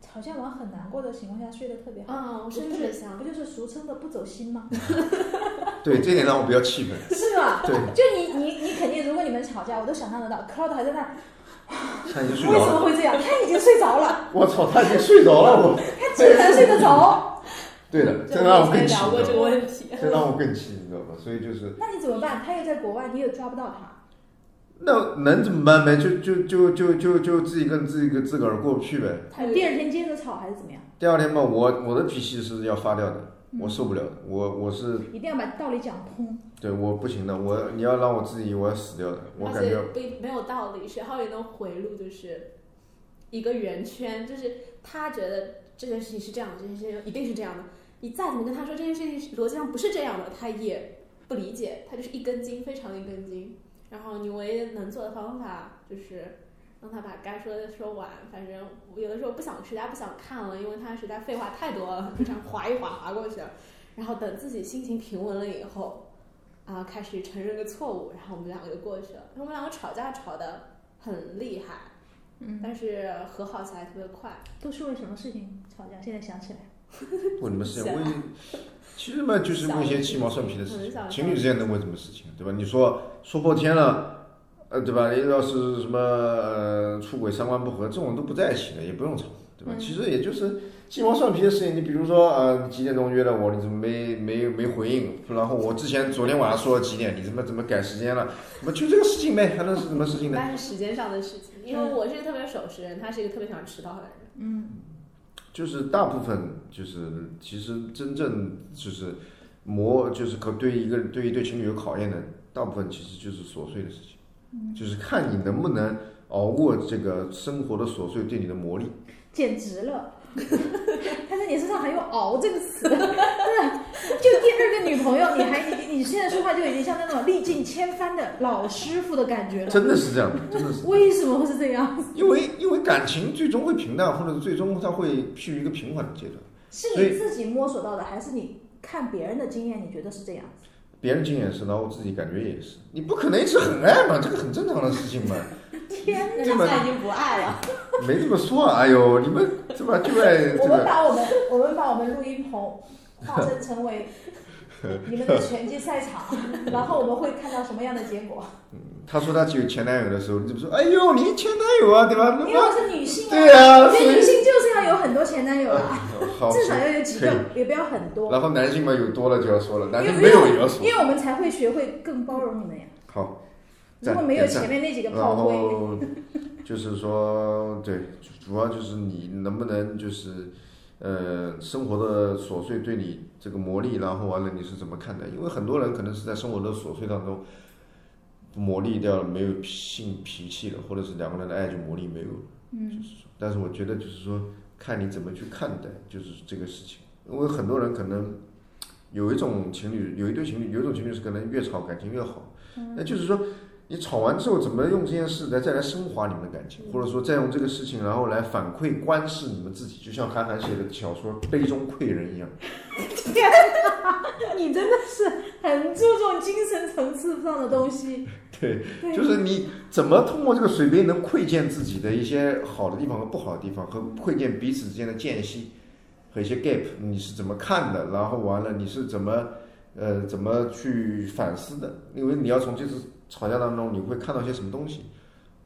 E: 吵架完很难过的情况下睡得特别好，
C: 嗯，我
E: 不
C: 睡得特别
E: 是
C: 香
E: 不。就是俗称的不走心吗？
B: 对这点让我比较气愤。
E: 是吧？
B: 对，
E: 就你你你肯定，如果你们吵架，我都想象得到，Cloud 还在那儿，
B: 他已经睡
E: 为
B: 着
E: 什么
B: 了，
E: 会这样？他已经睡着了，
B: 我操，他已经睡着了，我。
E: 他竟然睡得着，
B: 对的，
C: 就
B: 这让我
C: 以前
B: 更气，
C: 聊
B: 你
C: 过
B: 知道吗
C: 嗯这个问题，
B: 这让我更气，你知道吧？所以就是。
E: 那你怎么办？他又在国外，你又抓不到他，
B: 那能怎么办呗？就就就就就就自己跟自己跟自个儿过不去呗。
C: 他有
E: 第二天接着吵还是怎么样？
B: 第二天吧，我我的脾气是要发掉的，
C: 嗯
B: 我受不了的，我我是
E: 一定要把道理讲通。
B: 对我不行的，我你要让我自己，我要死掉的，我
C: 而
B: 感
C: 且
B: 觉
C: 不没有道理，沈浩宇的回路就是一个圆圈，就是他觉得这件事情是这样的，这件事情一定是这样的。你再怎么跟他说这件事情是逻辑上不是这样的，他也不理解，他就是一根筋，非常的一根筋。然后你唯一能做的方法就是让他把该说的说完。反正我有的时候不想实在不想看了，因为他实在废话太多了，就这样划一划划过去了。然后等自己心情平稳了以后，啊，开始承认个错误，然后我们两个就过去了。我们两个吵架吵得很厉害，
E: 嗯，
C: 但是和好起来特别快。
E: 都是为什么事情吵架？现在想起来，
B: 为什么事情？为其实嘛就是为一些鸡毛蒜皮的事
C: 很小
B: 情，
C: 的
B: 情侣之间能为什么事情，对吧？你说说破天了，呃，对吧？要是什么呃出轨三观不合这种都不在一起了，也不用吵，对
C: 嗯
B: 吧？其实也就是鸡毛蒜皮的事情。你比如说，呃，你几点钟约了我？你怎么没没没回应？然后我之前昨天晚上说了几点，你怎么怎么改时间了？怎么就这个事情呗？还能是什么事情呢？
E: 但是时间上的事情，
C: 因为我是一个特别守时的人，他是一个特别喜欢迟到的人。
B: 就是大部分就是其实真正就是磨就是可对一个对一对情侣有考验的，大部分其实就是琐碎的事情，
E: 嗯
B: 就是看你能不能熬过这个生活的琐碎对你的磨砺。
E: 简直了。 但是你身上还有哦“熬”这 个词，
B: 哎
E: 真的，就第二个女朋友，你还你你现在说话就已经像那种历尽千帆的老师傅的感觉了。
B: 真的是这样的，真的是，
E: 为什么会是这样？
B: 因为因为感情最终会平淡，或者最终它会趋于一个平缓的阶段。
E: 是
B: 所
E: 你
B: 以
E: 自己摸索到的，还是你看别人的经验，你觉得是这样？
B: 别人经验是，然后我自己感觉也是，你不可能一直很爱嘛，这个很正常的事情嘛，
E: 天
C: 那
B: 这
C: 他
B: 么
C: 现在已经不爱了，
B: 没这么说啊，哎呦，你们这么就爱这
E: 我们
B: 个，
E: 把我们我们把我们录音棚化身成为你们的拳击赛 场，然后我们会看到什么样的结果？
B: 他说他有前男友的时候，你就说，哎呦，你前男友啊，对吧？
E: 因为
B: 那
E: 我是女性
B: 对
E: 啊，
B: 呀、
E: 我
B: 所
E: 觉得女
B: 以
E: 性就是要有很多前男友啊，
B: 好，
E: 至少要有几
B: 可
E: 个，也不要很多，
B: 然后男性嘛有多了就要说了，男
E: 因为
B: 性没有
E: 因为
B: 也要说
E: 因，为我们才会学会更包容你们呀。
B: 好，
E: 如果
B: 赞
E: 没有
B: 点赞
E: 前面那几个
B: 然
E: 炮灰，
B: 后就是说，对，主主要就是你能不能就是，呃，生活的琐碎对你这个磨砺，然后完了你是怎么看的？因为很多人可能是在生活的琐碎当中磨砺掉了，没有性脾气了，或者是两个人的爱就磨砺没有了。嗯，就是说，但是我觉得就是说，看你怎么去看待，就是这个事情，因为很多人可能。有一种情侣，有一对情侣，有一种情侣是可能越吵感情越好，
E: 嗯
B: 那就是说你吵完之后，怎么用这件事来再来升华你们的感情，或者说再用这个事情，然后来反馈观世你们自己，就像韩寒写的小说《杯中窥人》一样。
E: 你真的是很注重精神层次上的东西。
B: 对，
E: 对
B: 就是你怎么通过这个水杯能窥见自己的一些好的地方和不好的地方，和窥见彼此之间的间隙和一些 gap，你是怎么看的？然后完了，你是怎么呃怎么去反思的？因为你要从这次吵架当中，你会看到一些什么东西，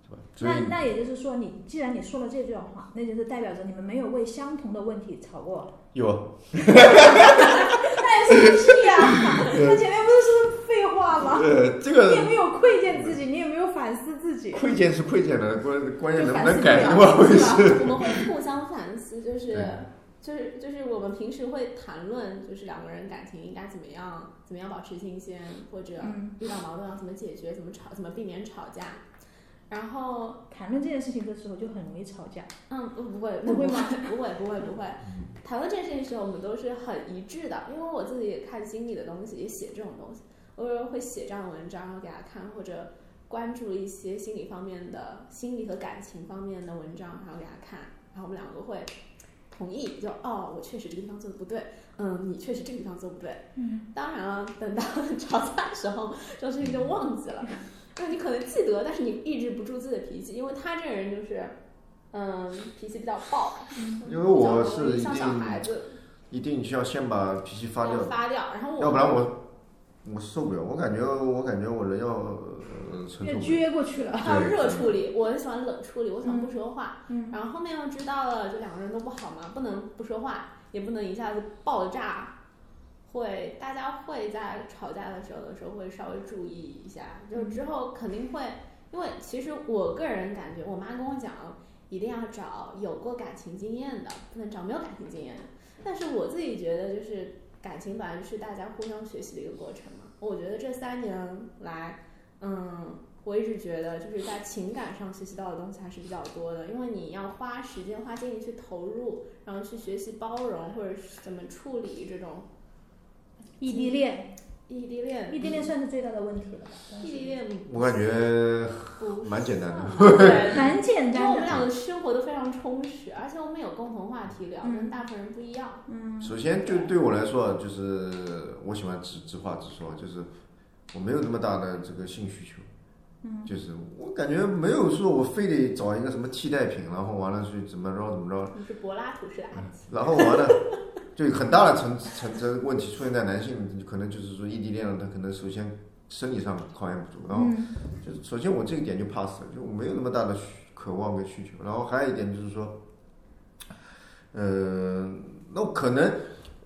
B: 是吧？所
E: 那
B: 以
E: 那也就是说，你既然你说了这句话，那就是代表着你们没有为相同的问题吵过。
B: 有啊
E: 那也是个屁呀、 他前面不是说废话吗？
B: 呃，这
E: 你
B: 个
E: 也没有窥见自己，你也没有反思自己。
B: 亏欠是亏欠的，关关键
E: 就
B: 能
E: 反
B: 不
E: 思
B: 能改
E: 不
B: 的
E: 了
B: 话，
E: 是吧
C: 我们会互相反思，就是
B: 对
C: 就是就是我们平时会谈论，就是两个人感情应该怎么样，怎么样保持新鲜，或者
E: 嗯
C: 遇到矛盾要怎么解决，怎么吵，怎么避免吵架。然后
E: 谈论这件事情的时候就很容易吵架。
C: 嗯，不不会，
E: 不会 吗？
C: 不会，不会，不会。谈论这件事情的时候，我们都是很一致的，因为我自己也看心理的东西，也写这种东西，偶尔会写这样的文章给大家看，或者关注一些心理方面的、心理和感情方面的文章，然后给大家看，然后我们两个会同意，就哦，我确实这个地方做的不对，嗯，你确实这个地方做得不对。
E: 嗯，
C: 当然了，等到 吵架的时候，这种事情就忘记 了。那你可能记得，但是你抑制不住自己的脾气，因为他这个人就是，嗯，脾气比较暴，
B: 因为我是
C: 比
B: 一
C: 较像小
B: 定
C: 孩子
B: 一定需要先把脾气发掉
C: 要
B: 的，
C: 发掉，然后我
B: 要不然我我受不了，我感觉我感觉我人要呃承受
E: 就
B: 不了。
E: 撅过去了。
C: 还有热处理，我很喜欢冷处理，我喜欢不说话。
E: 嗯，
C: 然后后面又知道了，这两个人都不好嘛，不能不说话，也不能一下子爆炸，会大家会在吵架的时候的时候会稍微注意一下，就
E: 嗯
C: 之后肯定会，因为其实我个人感觉，我妈跟我讲，一定要找有过感情经验的，不能找没有感情经验的。但是我自己觉得，就是感情本来就是大家互相学习的一个过程嘛。我觉得这三年来，嗯，我一直觉得就是在情感上学习到的东西还是比较多的，因为你要花时间、花精力去投入，然后去学习包容或者是怎么处理这种
E: 异地恋，
C: 异地恋。嗯
E: 异地恋算是最大的问题了吧？
C: 异地恋
B: 我感觉
C: 不啊
B: 蛮简单的，
C: 对，
E: 蛮简
C: 因为我
E: 单
C: 们
E: 的。
C: 两个生活都非常充实，而且我们有共同话题聊，
E: 嗯
C: 跟大部分人不一样。
E: 嗯，
B: 首先就对我来说啊，就是我喜欢直直话直说，就是我没有那么大的这个性需求，嗯，就是我感觉没有说我非得找一个什么替代品，然后完了去怎么着怎么着，
C: 你是柏拉图式的爱情，
B: 然后完了，就很大的层层层问题出现在男性，可能就是说异地恋了，他可能首先生理上考验不住，然后就是首先我这一点就 pass 了，就我没有那么大的需渴望跟需求，然后还有一点就是说，嗯，那可能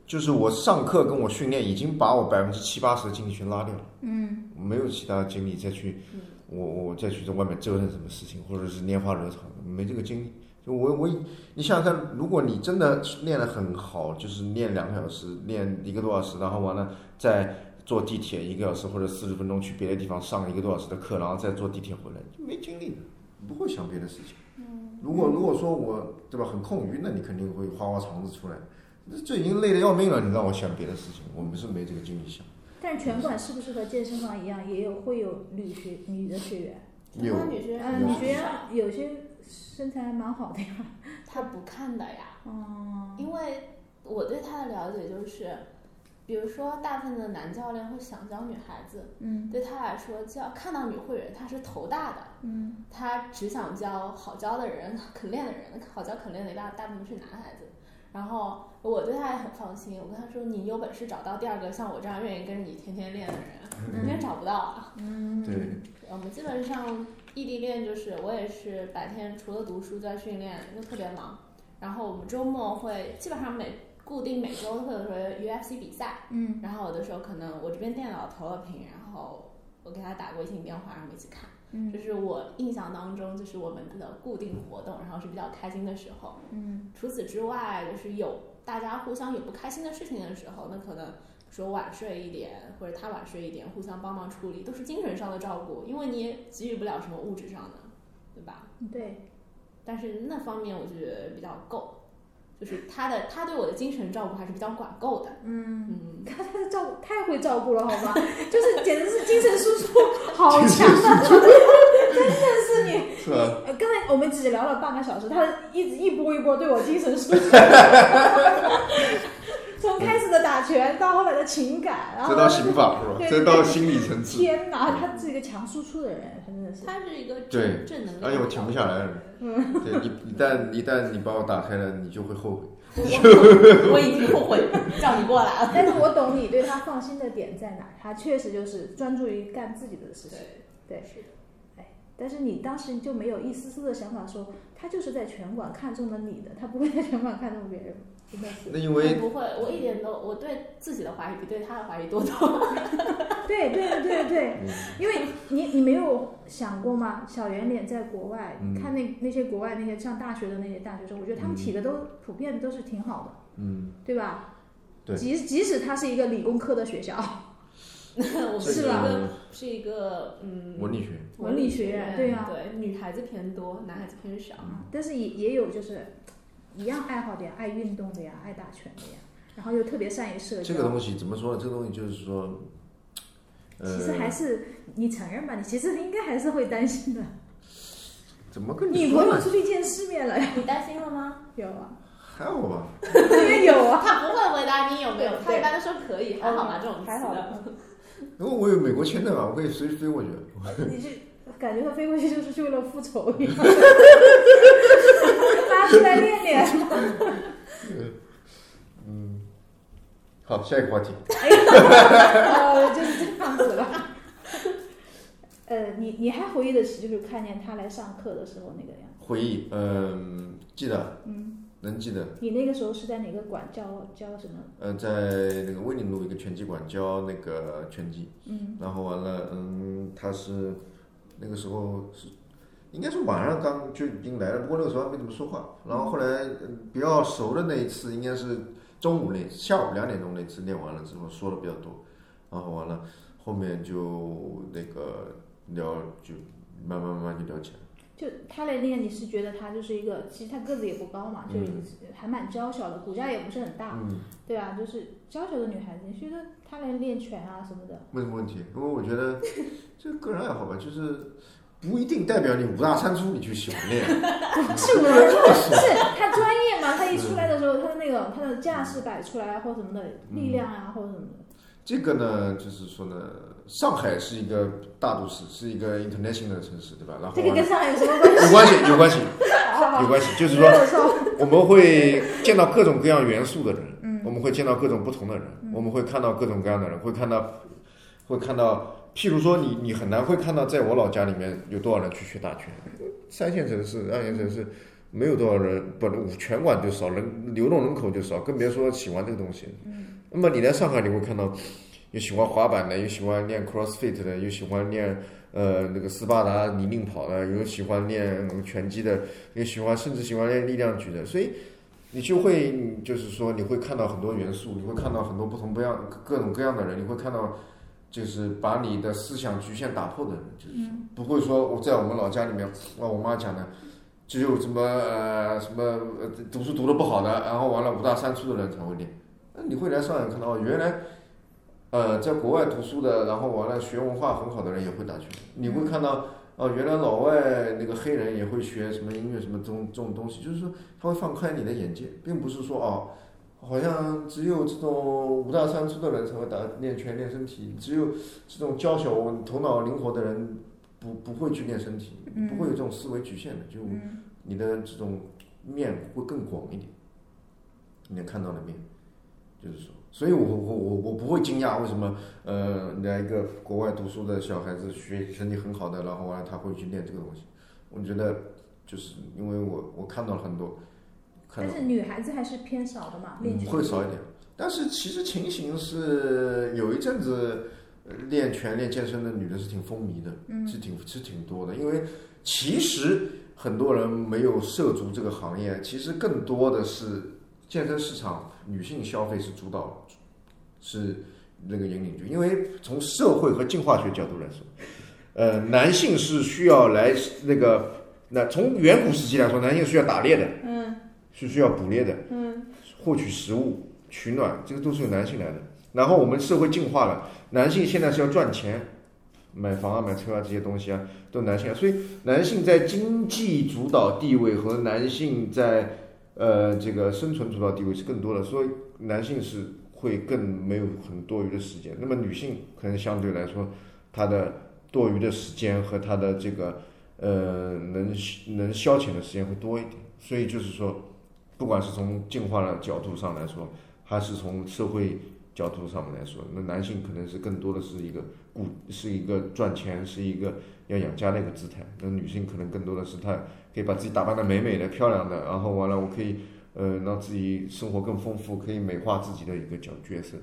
B: 就是我上课跟我训练已经把我百分之七八十的精力全拉掉了，
E: 嗯，
B: 没有其他精力再去，我我再去在外面折腾什么事情，或者是拈花惹草，没这个精力。就我我，你想想看，如果你真的练得很好，就是练两个小时，练一个多小时，然后完了再坐地铁一个小时或者四十分钟去别的地方上一个多小时的课，然后再坐地铁回来，就没精力了，不会想别的事情。
E: 嗯
B: 如果如果说我对吧很空余，那你肯定会花花肠子出来。那这已经累得要命了，你让我想别的事情，我们是没这个精力想。
E: 但拳馆是不是和健身房一样，也有会有女学女的学员？
B: 有
C: 台湾女学
E: 呃，
C: 生
E: 女
C: 很
E: 学员
C: 少，
E: 有些身材还蛮好的呀。
C: 她不看的呀，
E: 哦，
C: 因为我对她的了解就是，比如说大部分的男教练会想教女孩子，
E: 嗯
C: 对他来说，教看到女会员她是头大的，
E: 嗯
C: 他只想教好教的人、肯练的人，好教肯练的大大部分是男孩子。然后我对他也很放心，我跟他说：“你有本事找到第二个像我这样愿意跟着你天天练的人，应该找不到啊。
E: 嗯，
B: 对，
C: 我们基本上异地恋就是我也是白天除了读书在训练，又特别忙。然后我们周末会基本上每固定每周会有时候 UFC 比赛，
E: 嗯
C: 然后有的时候可能我这边电脑投了屏，然后我给他打微信电话，然后我们一起看。这
E: 嗯
C: 是我印象当中，就是我们的固定活动，然后是比较开心的时候。
E: 嗯
C: 除此之外，就是有大家互相有不开心的事情的时候，那可能说晚睡一点，或者他晚睡一点，互相帮忙处理，都是精神上的照顾，因为你也给予不了什么物质上的，对吧？
E: 对，
C: 但是那方面我觉得比较够，就是他的他对我的精神照顾还是比较管够的，
E: 嗯。
C: 嗯。
E: 他他的照顾太会照顾了，好吗？ 就是简直是精神输出 好强啊！ 真的是你，
B: 是 吧？
E: 呃刚才我们只聊了半个小时，他一直一波一波对我精神输出， 从开始的打拳到后来的情感，然后
B: 这到刑法是吧？
E: 对
B: 这到心理层次，
E: 天哪，他是一个强输出的人，他真的是，
C: 他是一个
B: 对
C: 正正能
B: 而
C: 量，
B: 且我停不下来了。 对你，一旦一旦你把我打开了，你就会后悔。
C: 我我已经后悔叫你过来了。
E: 但是我懂你对他放心的点在哪，他确实就是专注于干自己的事情。
C: 对，
E: 对
C: 是的，
E: 但是你当时就没有一丝丝的想法说，他就是在拳馆看中了你的，他不会在拳馆看中别人，真 的是。
B: 那因
C: 我
B: 为
C: 不会，我一点都，我对自己的怀疑比对他的怀疑多多了。
E: 对对对对，
B: 嗯
E: 因为你你没有想过吗？小圆脸在国外、
B: 嗯
E: 看那那些国外那些上大学的那些大学生，我觉得他们体格都、普遍都是挺好的，
B: 嗯，
E: 对吧？
B: 对
E: 即即使他是一个理工科的学校，
C: 我们
B: 这
C: 是一
B: 个
E: 啊
C: 个是一个嗯
B: 文理学，
E: 文理学院对啊
C: 对，女孩子偏多，男孩子偏少。
E: 但是也也有就是一样爱好的呀，爱运动的呀，爱打拳的呀，然后又特别善于社
B: 这
E: 交。
B: 个东西怎么说呢？这个东西就是说，呃，
E: 其实还是你承认吧，你其实应该还是会担 心的。
B: 怎么跟你
E: 女朋
B: 说
E: 友
B: 呢？
E: 出去见世面了，
C: 你担心了吗？
E: 有 啊，
B: 还好吧，
E: 因为有 啊，
C: 他不会回答你有没有，
E: 对嗯
C: 他一般都说可以，还好吧这种词
E: 还好吧
C: 的。。
B: 因为我有美国签证啊嘛，我可以随时飞过去。
E: 你是感觉他飞过去就是去为了复仇一样， 拉出来练练。
B: 好，下一个话题。
E: 哎呀，呃，就是这样子了。呃，你你还回忆得起，就是看见他来上课的时候那个样子。
B: 回忆，嗯，记得，
E: 嗯，
B: 能记得。
E: 你那个时候是在哪个馆教教什么？
B: 呃，在那个威宁路一个拳击馆教那个拳击，
E: 嗯
B: 然后完了，嗯，他是那个时候是应该是晚上刚就已经来了，不过那个时候还没怎么说话。然后后来、嗯比较熟的那一次，应该是中午那下午两点钟那次练完了之后说的比较多，然后完了后面就那个聊就慢慢慢慢就聊起来了。
E: 就他来练，你是觉得他就是一个，其实他个子也不高嘛，就
B: 嗯
E: 还蛮娇小的，骨架也不是很大，
B: 嗯，
E: 对啊，就是娇小的女孩子，你觉得她来练拳啊什么 的，
B: 没什么问题，因为我觉 得这个人爱好吧，就是不一定代表你五大三粗你就喜欢练。
E: 是我是 她专业嘛，她一出来的时候，她的那个她的架势摆出来或什么的力量啊或者什么的，
B: 这个呢，就是说呢，上海是一个大都市，是一个 international 的城市，对吧？然后
E: 这个跟上海有什么关系？
B: 有关系，有关系，
E: 好好
B: 有
E: 好，
B: 关系，啊 就是
E: 没
B: 说
E: 有错，
B: 我们会见到各种各样元素的人，
E: 嗯
B: 我们会见到各种不同的人，我们会看到各种各样的人，会看到，会看到，譬如说你你很难会看到，在我老家里面有多少人去学打拳，三线城市、二线城市，没有多少人，本全馆就少人，流动人口就少，更别说喜欢这个东西。嗯。那么你来上海，你会看到有喜欢滑板的，有喜欢练 CrossFit 的，有喜欢练呃那个斯巴达泥泞跑的，有喜欢练拳击的，有喜欢甚至喜欢练力量举的，所以。你就会就是说，你会看到很多元素，你会看到很多不同不样各种各样的人，你会看到就是把你的思想局限打破的人，就是说不会说我在我们老家里面，哇，我妈讲的，只有什么呃什么呃读书读的不好的，然后完了五大三粗的人才会练。那你会来上海看到，哦，原来呃在国外读书的，然后完了学文化很好的人也会打拳，你会看到。哦，原来老外那个黑人也会学什么音乐什么东这种东西，就是说他会放开你的眼界，并不是说哦，好像只有这种五大三粗的人才会打练拳练身体，只有这种娇小头脑灵活的人不不会去练身体，不会有这种思维局限的，就你的这种面会更广一点，你能看到的面，就是说。所以我，我我我我不会惊讶为什么，呃，来一个国外读书的小孩子学成绩很好的，然后完了他会去练这个东西。我觉得，就是因为我我看到了很多，看
E: 但
B: 到
E: 是女孩子还是偏少的嘛，
B: 嗯
E: 练拳
B: 会少一点。但是其实情形是有一阵子呃练拳练健身的女的是挺风靡的，
E: 嗯
B: 是挺是挺多的，因为其实很多人没有涉足这个行业，其实更多的是健身市场女性消费是主导，是那个引领军，因为从社会和进化学角度来说，呃，男性是需要来那个。那从远古时期来说，男性是需要打猎的，嗯，是需要捕猎的，获取食物、取暖，这个都是由男性来的。然后我们社会进化了，男性现在是要赚钱，买房啊、买车啊这些东西啊，都男性、啊。所以男性在经济主导地位和男性在呃这个生存主导地位是更多的，所以男性是会更没有很多余的时间。那么女性可能相对来说，她的多余的时间和她的这个呃能能消遣的时间会多一点。所以就是说，不管是从进化的角度上来说，还是从社会角度上面来说，那男性可能是更多的是一个顾，是一个赚钱，是一个要养家的一个姿态；那女性可能更多的是她可以把自己打扮的美美的、漂亮的，然后完了我可以呃让自己生活更丰富，可以美化自己的一个角角色。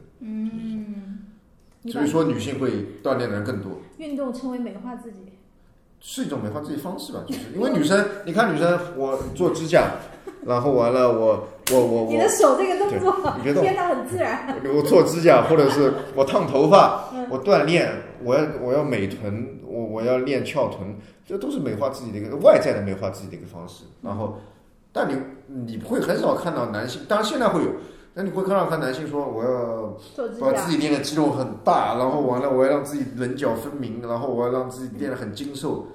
E: 你
B: 所以
E: 把
B: 说，女性会锻炼的人更多。
E: 运动称为美化自己。
B: 是一种美化自己方式吧，就是因为女生，你看女生，我做指甲，然后完了我我我我
E: 你的手这个动
B: 对你别
E: 作，
B: 动
E: 天哪，很自然。
B: 我做指甲，或者是我烫头发，我锻炼，我要我要美臀，我我要练翘臀，这都是美化自己的一个外在的美化自己的一个方式。然后，但你你会很少看到男性，当然现在会有，但你会看到看男性说我要
E: 做指
B: 把
E: 甲
B: 自，己练的肌肉很大，然后完了我要让自己棱角分明，然后我要让自己练得很精瘦，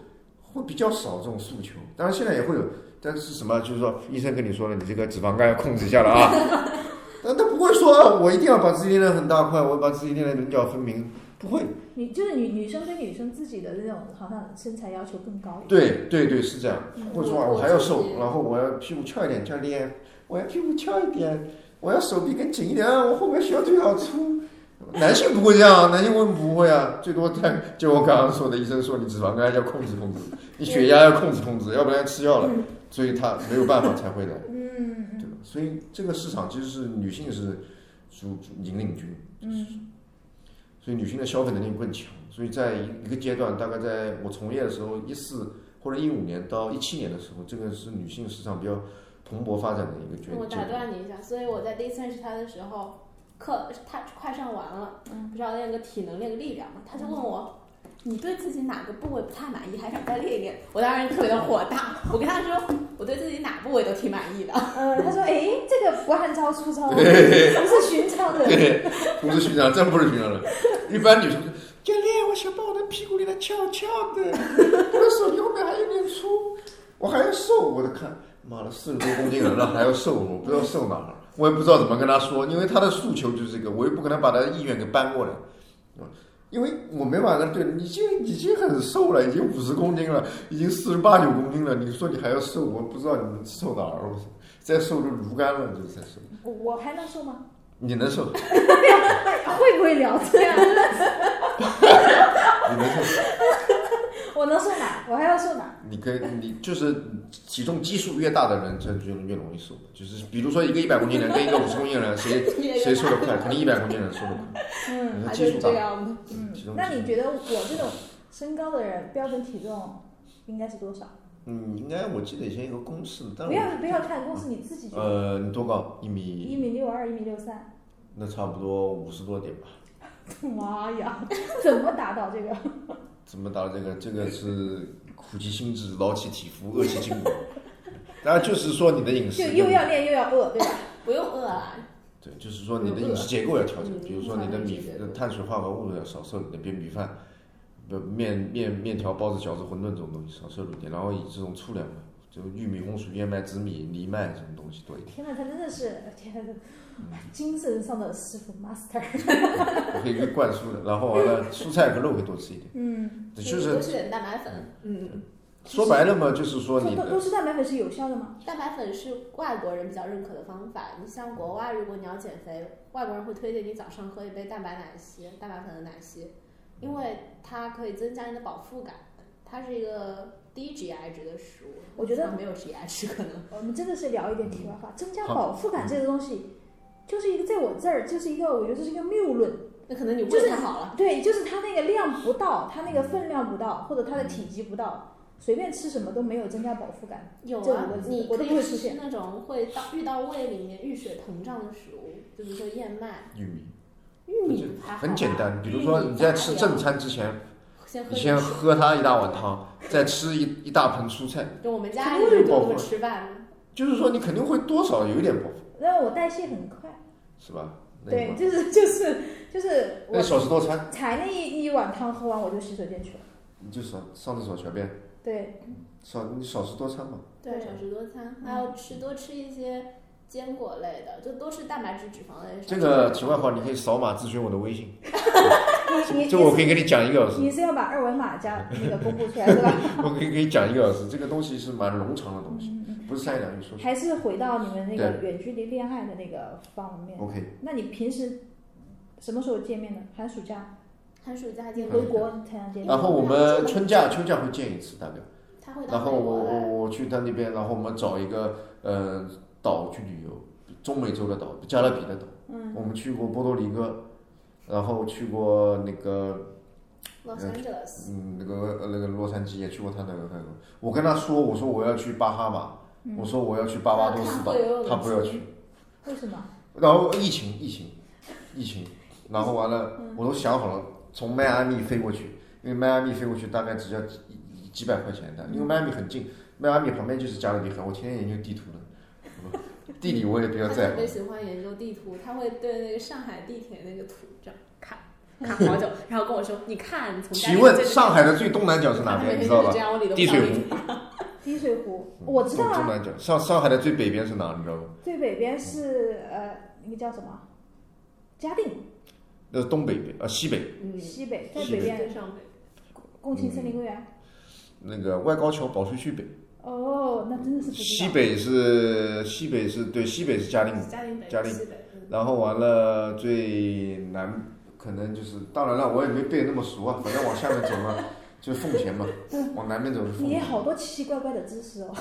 B: 会比较少这种诉求。当然现在也会有，但是什么啊就是说医生跟你说了，你这个脂肪肝要控制一下了啊。 但他不会说啊我一定要把自己练得很大块，我要把自己练得棱角分明，不会。
E: 女就是女女生对女生自己的那种好像身材要求更高一点。
B: 对对对，是这样。或者说啊
C: 我
B: 我还要
C: 我自己
B: 瘦，然后我要屁股翘一点，教练，我要屁股翘一点，我要手臂更紧一点，我后面小腿好粗。男性不会这样，男性为什么不会啊？最多他就我刚刚说的，医生说你脂肪肝要控制控制，你血压要控制控制，要不然吃药了，所以他没有办法才会的，
E: 嗯
B: 对吧？所以这个市场其实是女性是主主引领军，
E: 嗯
B: 所以女性的消费能力更强。所以在一一个阶段，大概在我从业的时候，一四或者一五年到一七年的时候，这个是女性市场比较蓬勃发展的一个阶
C: 我打
B: 段。
C: 断你一下，所以我在第一次认识他的时候，课他快上完了，
E: 嗯
C: 不是要练个体能，练个力量嘛，他就问我。你对自己哪个部位不太满意，还想再练一练？我当时特别的火大，我跟他说，我对自己哪部位都挺满意的。
E: 呃，他说，哎，这个不按招 出招，不是寻常人。
B: 对，不是寻常，真不是寻常人。一般女生
D: 教练，我想把我的屁股练得翘翘的，我的手臂后面还有点粗，
B: 我还要瘦，我的看，妈的，四十多公斤人了还要瘦，我不知道瘦哪儿，我也不知道怎么跟他说，因为他的诉求就是这个，我又不可能把他的意愿给搬过来，嗯因为我没法跟他对，你已经已经很瘦了，已经五十公斤了，已经四十八九公斤了，你说你还要瘦，我不知道你能瘦哪儿，我再瘦就炉干了，就是再瘦，
E: 我我还能瘦 吗？
B: 你能瘦，
E: 啊会不会聊这样？
B: 你能瘦，
E: 我能瘦哪？我还要瘦哪？
B: 你跟你就是体重基数越大的人，这就越容易瘦。就是比如说一个一百公斤人跟一个五十公斤人， 谁谁瘦得快？肯定一百公斤人瘦得快。
E: 嗯
B: 你
C: 还
B: 的
C: 就
B: 基数
C: 是这
B: 大，
C: 样的。
E: 嗯
B: 体重
E: 那你
B: 基数
E: 觉得我这种身高的人标准体重应该是多少？
B: 嗯，应该我记得以前有个公式，但
E: 不
B: 我
E: 要不要看公司，你自己觉得
B: 呃，你多高？一
E: 一
B: 米，
E: 米六二、一米六三，
B: 那差不多五十多点吧。
E: 妈呀，怎么达到这个？
B: 怎么达到这个？这个是苦其心志，劳其体肤，饿其筋 骨。当然就是说你的饮食
E: 就
B: 跟
E: 又要练又要饿，对吧？
C: 不用饿啊，
B: 对，就是说你的饮食结构要调整，
C: 嗯
B: 比如说你的米
C: 嗯
B: 呃碳水化合物要少摄入点，比如米饭、不面面面条、包子、饺子、馄饨这种东西少摄入点，然后以这种粗粮的，就玉米、红薯、燕麦、紫米、藜麦这种东西多一点。
E: 天呐，他真的是天呐，精神上的师傅 master。
B: 我可以给你灌输的，然后完了蔬菜和肉会多吃一点。
E: 嗯，
B: 就
C: 多
B: 是
C: 吃点蛋白粉。嗯，
B: 说白了嘛，就是说
E: 多
B: 你
E: 多多
B: 的
E: 吃蛋白粉是有效的吗？
C: 蛋白粉是外国人比较认可的方法。你像国外，如果你要减肥，外国人会推荐你早上喝一杯蛋白奶昔，蛋白粉的奶昔，因为它可以增加你的饱腹感。它是一个低 GI 值的食物，
E: 我觉
C: 基
E: 得
C: 本上没有 GI 值可能。
E: 我们真的是聊一点题外话，增加
B: 好
E: 饱腹感这个东西，就是一个在我这儿，就是一个我觉得这是一个谬论。
C: 那可能你
E: 就是
C: 胃太好了，
E: 对，就是它那个量不到，它那个分量不到，或者它的体积不到，随便吃什么都没有增加饱腹感。
C: 有
E: 这
C: 啊
E: 五个，字
C: 你
E: 我
C: 可
E: 都不会
C: 以
E: 出
C: 吃
E: 现
C: 那种会到遇到胃里面遇水膨胀的食物，就比如说燕麦、
B: 玉米
C: 玉米还好吧
B: 很简单，比如说你在吃正，餐之前，
C: 玉米杂粮
B: 你
C: 先
B: 先
C: 喝点
B: 喝
C: 水。
B: 它一大碗汤，再吃一一大盆蔬菜，
C: 就我们
B: 肯
C: 家
B: 定
C: 人
B: 会
C: 就
B: 饱
C: 这么
B: 腹
C: 吃饭，
B: 就是说你肯定会多少有一点饱腹，
E: 那我代谢很快，
B: 是吧？那一
E: 对，
B: 碗
E: 就是 就是就是
B: 那
E: 我
B: 小时多餐，
E: 才那一一碗汤喝完我就洗手间去了。
B: 你就少上厕所小便，
E: 对，
B: 少你少食多餐嘛。
E: 对
C: 少食多餐，
E: 嗯
C: 还要吃多吃一些坚果类的，就多吃蛋白质、脂肪类的。
B: 这个题外话，你可以扫码咨询我的微信，
E: 你你
B: 这我可
E: 你
B: 以给你讲一个小
E: 是
B: 时，
E: 你是要把二维码加那个公布出来是吧？
B: 我可以给你讲一个小时。这个东西是蛮冗长的东西，不是三言两语说出来。
E: 还是回到你们那个远距离恋爱的那个方面。
B: OK，
E: 那你平时什么时候见面呢？寒暑假，
C: 寒暑假
E: 你
B: 嗯
C: 见
E: 回国才能见面。
B: 然后我们春假、秋假会见一次大概，
C: 他会
B: 然
C: 到
B: 后
C: 美
B: 我
C: 国
B: 我
C: 来，
B: 我去他那边，然后我们找一个呃岛去旅游，中美洲的岛，加勒比的岛。
E: 嗯，
B: 我们去过波多黎各，然后去过那个
C: ，Los Angeles，
B: 嗯，那个那个洛杉矶也去过他那个那个，我跟他说，我说我要去巴哈马，我说我要去巴巴多斯岛
C: 他不游泳，
B: 他不要去，
E: 为什么？
B: 然后疫情疫情疫情，然后完了，我都想好了，从迈阿密飞过去，因为迈阿密飞过去大概只要几几百块钱的，因为迈阿密很近，迈阿密旁边就是加勒比海，我天天研究地图的，地理我也比较
C: 他
B: 在
C: 特
B: 乎
C: 别，喜欢研究地图，他会对那个上海地铁那个图这样看看好 久，然后跟我说：“你看，从
B: 提问上海的最东南角是哪
C: 哪
B: 边，你知道吧？
C: 这样我理都不
B: 滴
C: 想
B: 水
C: 理
B: 湖，
E: 滴水湖，
B: 嗯
E: 我知道
B: 东东
E: 啊，
B: 南角，上上海的最北边是哪，你知道吗？
E: 最北边是呃那个叫什么？嘉定
B: 那是东北边，呃西北。
C: 嗯，
E: 西北，在
B: 西
E: 北
B: 北
E: 边
C: 跟上北
E: 共青森林公园。
B: 那个外高桥保税区北，
E: 哦，那真的是不知
B: 嗯西
E: 道。
B: 北是西北是对西北是嘉定，
C: 嘉定北，
B: 嘉定
C: 西北，嗯
B: 然后完了最南可能就是，当然了，我也没背那么熟啊，反正往下面走嘛，就是奉 贤嘛，往南边走是奉
E: 你也
B: 贤，
E: 好多奇奇怪怪的知识哦。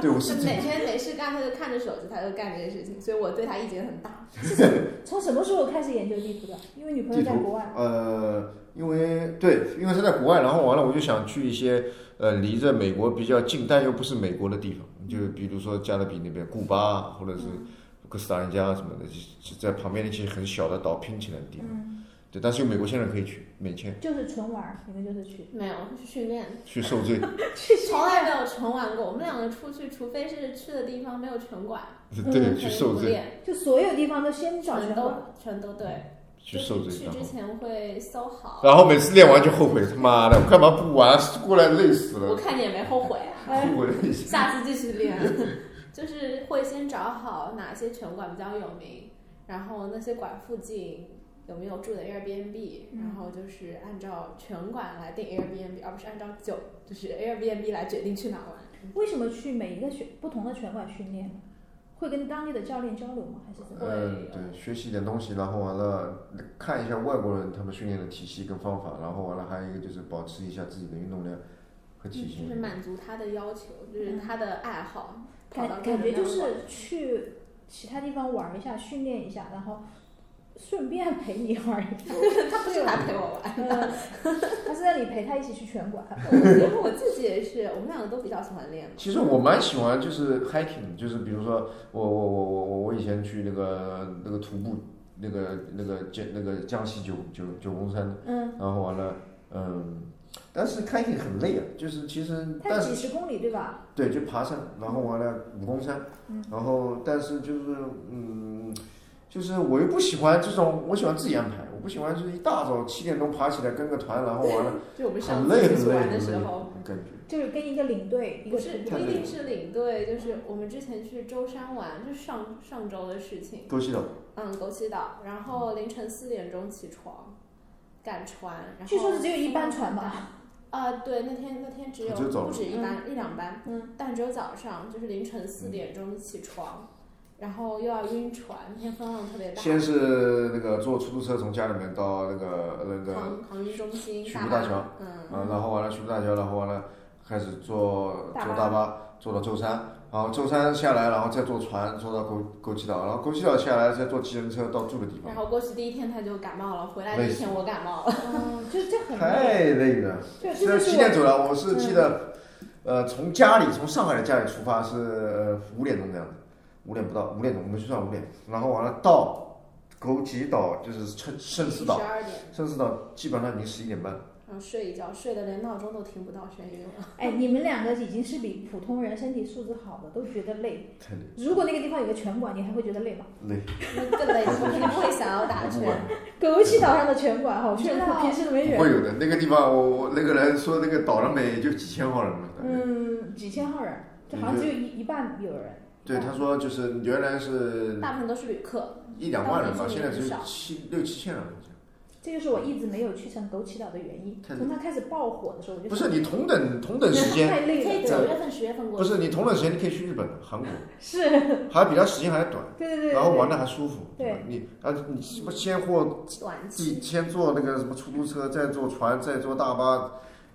B: 对，我
C: 就是
B: 这
C: 每天没事干，他就看着手机，他就干这些事情，所以我对他意见很大。
E: 从什么时候开始研究地图的？因为女朋友在
B: 地图
E: 国外。
B: 呃，因为对，因为他在国外，然后完了我就想去一些呃离着美国比较近但又不是美国的地方，就比如说加勒比那边，古巴或者是
C: 嗯
B: 哥斯达黎加什么的，就就在旁边那些很小的岛拼起来的地方。
E: 嗯，
B: 对，但是有美国现在可以去免签
E: 就是纯玩儿，你们就是去
C: 没有，是训练，
B: 去受罪，
E: 去
C: 从来没有全玩过。我们两个出去，除非是去的地方没有全管，
B: 对，去受罪，
C: 练，
E: 就所有地方都先找
C: 全
E: 全
C: 都
E: 玩。
C: 全都对。
B: 去受罪，
C: 去
B: 然
C: 之
B: 后
C: 前会 搜好，
B: 然后每次练完就后悔，他妈的，我干嘛不玩？过来累死
C: 我
B: 了，
C: 看你也没后悔啊，
E: 哎
B: 后悔累死。
C: 下次继续练。 就是会先找好哪些拳馆比较有名，然后那些馆附近有没有住的 Airbnb，、
E: 嗯
C: 然后就是按照拳馆来定 Airbnb，而不是按照酒，就是 Airbnb 来决定去哪玩。
E: 为什么去每一个选不同的拳馆训练呢？会跟当地的教练交流吗？还是怎么？
B: 嗯，对，学习一点东西，然后完了看一下外国人他们训练的体系跟方法，然后完了还有一个就是保持一下自己的运动量，很
C: 嗯就
B: 喜庆
C: 是
B: 的。
C: 满足他的要求，就是他的爱好，跑到
E: 嗯感
C: 各
E: 感
C: 种
E: 觉就
C: 各样的
E: 是去其他地方玩一下，训练一下，然后顺便陪你玩 一下。
C: 馆他不是来陪 我玩，
E: 呃，他是让你陪他一起去拳馆。
C: 因为我自己也是，我们两个都比较喜欢练嘛。
B: 其实我蛮喜欢就是 hiking，就是比如说我我我我我我以前去那个那个徒步那个那个江那个江西九九九宫山，
E: 嗯，
B: 然后完了嗯，但是 hiking 很累啊，就是其实
E: 他
B: 但是
E: 几十公里对吧？
B: 对就爬山，然后完了武功山，
C: 嗯
B: 然后但是就是嗯。就是我又不喜欢这种，我喜欢自己安排，我不喜欢就是一大早七点钟爬起来跟个团，然后完了
C: 就我们上
B: 很
C: 次
B: 啊累
C: 一起
B: 很累
C: 玩的
B: 很
C: 时
B: 累
C: 候，，
B: 感觉。
E: 就是跟一个领队，一
C: 不
E: 个
C: 是
E: 徒
C: 不
E: 步
C: 一定是领队，就是我们之前去舟山玩，就是上上周的事情。
B: 多西岛，
C: 嗯，枸杞岛，然后凌晨四点钟起床，赶船，然后
E: 据说是只有一班船吧？
C: 啊、对，那天那天只有
B: 只有早
C: 不止一
E: 嗯
C: 班、一两班，
E: 嗯，
C: 但只有早上，就是凌晨四点钟起床，然后又要晕船，那天风浪特别大，
B: 先是那个坐出租车从家里面到那个那个
C: 航航运中心
B: 徐
C: 大
B: 浦
C: 巴，
B: 大桥
C: 嗯，
B: 嗯，然后完了去大桥，然后完了开始坐
E: 大巴
B: 坐大巴坐到舟山，然后舟山下来，然后再坐船坐到枸枸杞岛，然后枸杞岛下来再坐计程车到住的地
C: 然
B: 方，
C: 后过去第一天他就感冒了，回来第一天我感冒了，
E: 哦，就就很累。
B: 太累了。
E: 就这
B: 这
E: 就
B: 几
E: 是
B: 点
E: 我
B: 走了？我是记得，呃，从家里从上海的家里出发是呃五点钟这样子，五点不到，五点钟我们就算五点，然后完了到枸杞岛就是圣圣
C: 十
B: 思岛，
C: 二点，
B: 圣思岛基本上已经十一点半了。
C: 然后睡一觉，睡得连闹钟都听不到声音了，
E: 哎，你们两个已经是比普通人身体素质好的都觉得累。
B: 太累
E: 如果那个地方有个拳馆，你还会觉得累吗？
B: 累，
C: 那更累，我肯定会想要打
B: 我不
C: 拳
B: 管。。
E: 枸杞岛上的拳馆哈，我觉
C: 真
E: 得
C: 的哦
E: 平时都没
B: 不
E: 人。
B: 会有的。那个地方，我我那个人说那个岛上面也就几千号人嘛。大概
E: 嗯，几千号人，就好像只有一一半有人。
B: 对，他说就是原来是
C: 大部分都是旅客，
B: 一两万人吧，
C: 当地
B: 现
C: 居
B: 在
C: 民
B: 只
C: 很
B: 有
C: 少
B: 七六七千人了。好像
E: 这就是我一直没有去成枸杞岛的原因。
B: 太累
E: 从它开始爆火的时候，我就
B: 不是你同等同等时 间，
E: 太累
C: 可以
E: 了，
C: 九
B: 在
C: 月份、十月份过
B: 不
C: 去。
B: 是你同等时间，你可以去日本、韩国，
E: 是，对
B: 还比他时间还短，
E: 对对对。
B: 然后玩的还舒服。
E: 对
B: 吧，你啊，你什么先或
C: 短
B: 地
C: 期，
B: 先坐那个什么出租车，再坐船，再坐大巴，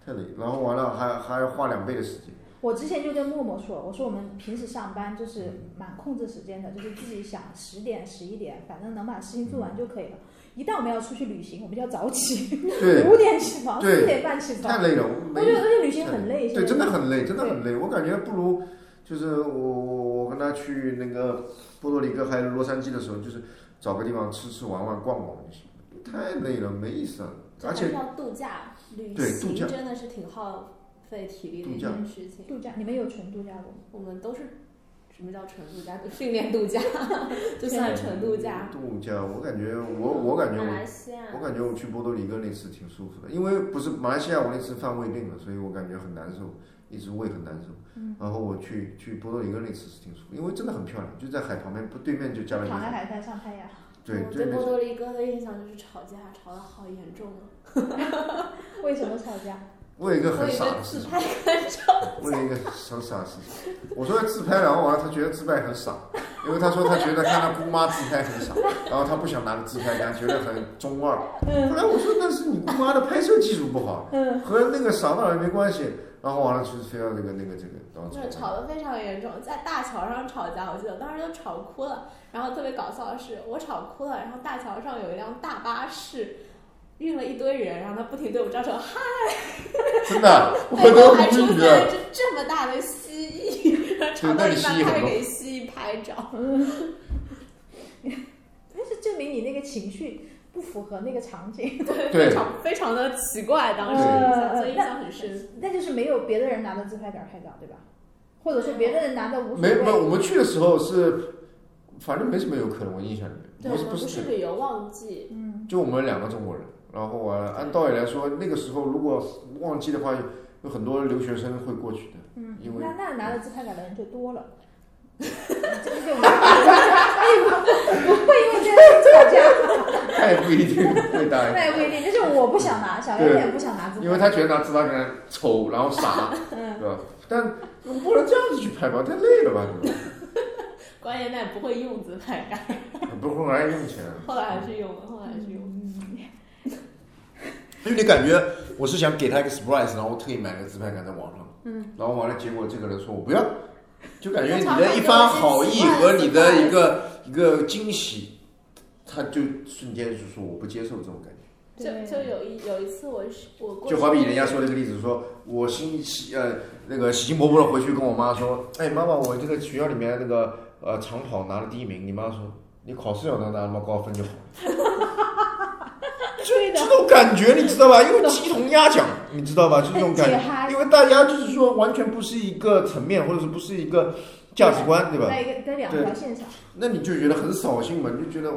B: 太累。然后完了还还要花两倍的时 间。
E: 我之前就跟默默说，我说我们平时上班就是蛮控制时间的，就是自己想十点、十一点，反正能把事情做
B: 嗯
E: 完就可以了。一旦我们要出去旅行，我们就要早起，
B: 对，
E: 五点起床，
B: 对
E: 四点半起
B: 太
E: 床。
B: 累了，我
E: 我
B: 没
E: 觉得，而且旅行很累，现
B: 对，
E: 在
B: 真的很累，真的很累。我感觉不如，就是我我我跟他去那个波多黎各还有洛杉矶的时候，就是找个地方吃吃玩玩逛逛就行了，太累了，没意思了。而且
C: 要度假旅
B: 对度假
C: 行真的是挺耗费体力的一
B: 度假
C: 件事情。
E: 度假，你们有纯度假过吗？
C: 我们都是什么叫纯度假？训练度假，就算纯度假。
B: 度假，我感觉我我感觉
C: 马
B: 我
C: 来西亚
B: 我感觉我去波多黎各那次挺舒服的，因为不是马来西亚我那次犯胃病了，所以我感觉很难受，一直胃很难受。然后我去去波多黎各那次是挺舒服，因为真的很漂亮，就在海旁边，不对面就加了一个
E: 躺在海滩上太阳，
B: 对
C: 我
B: 对
C: 对
B: 面
C: 波多黎各的印象就是吵架，吵得好严重啊！
E: 为什么吵架？
B: 我有一个
C: 我
B: 很
C: 以
B: 傻
C: 为
B: 的事
C: 自
B: 情。
C: 拍很吵，
B: 问了一个很傻的事情，我说自拍，然后完了，他觉得自拍很傻，因为他说他觉得看他姑妈自拍很傻，然后他不想拿个自拍杆，觉得很中二。后来我说那是你姑妈的拍摄技术不好，
C: 嗯
B: 和那个傻到人没关系。然后完了就是非要那个那个这个，然后
C: 就是吵得非常严重，在大桥上吵架，我记得当时都吵哭了。然后特别搞笑的是，我吵哭了，然后大桥上有一辆大巴士。运了一堆人，然后他不停对我招手，哈，
B: 真 的啊我
C: 背后
B: 都
C: 还出
B: 无
C: 现
B: 语了
C: 了。这这么大的蜥蜴，然后吵到
B: 那你
C: 一
B: 蜥
C: 半
B: 蜴
C: 他
B: 很
C: 还
B: 多
C: 给蜥蜴拍照。
E: 那是证明你那个情绪不符合那个场景，
B: 对
C: 非常非常的奇怪，当时
E: 对
C: 印象所以印象很深。
E: 那就是没有别的人拿着自拍杆拍照，对吧？或者说别的人拿着无所
B: 没没，
E: 谓，
B: 我们去的时候是，反正没什么有可能，我印象里面
C: 对，
B: 不
C: 我
B: 是
C: 们
B: 不
C: 不
B: 是
C: 是旅游旺季，
E: 嗯，
B: 就我们两个中国人。然后完了，按道理来说，那个时候如果旺季的话，有有很多留学生会过去的。
E: 嗯
B: 因，为
E: 那那拿着自拍杆的人就多了，这个就没有，哎不不会因为这样吵架，
B: 他也不一定会答
E: 那也 不一
B: 应，
E: 定，就是我不想拿，小圆脸不想拿自拍，
B: 因为他觉得拿自拍杆丑，然后傻，对吧？但不能这样子去拍吧，太累了吧？对吧
C: 关键那也不会用自拍杆，
B: 不会来用起来了，啊
C: 后来还是用了，后来还是用了。
E: 嗯
B: 因为你感觉我是想给他一个 surprise，然后我特意买了个自拍杆在网上，
C: 嗯，
B: 然后完了，结果这个人说我不要，就感觉你
C: 通常
B: 的一番好意和你
C: 都
B: 的
C: 是
B: 一个一个惊喜，他就瞬间就说我不接受这种感觉，
C: 就就有一有一次我是我过
B: 就好比人家说那个例子说，我心喜呃那个喜气勃勃的回去跟我妈说，哎妈妈，我这个学校里面那个呃长跑拿了第一名，你妈说你考试要能拿那么高分就好了，
C: 对 的
B: 这，种感觉你知道吧？因 为鸡同鸭讲，你知道吧？就这种感
E: 解
B: 觉。
E: 嗨，
B: 因为大家就是说完全不是一个层面，或者是不是一个价值观，对吧？
E: 在一个在两条线上，
B: 那你就觉得很扫兴嘛，你就觉得，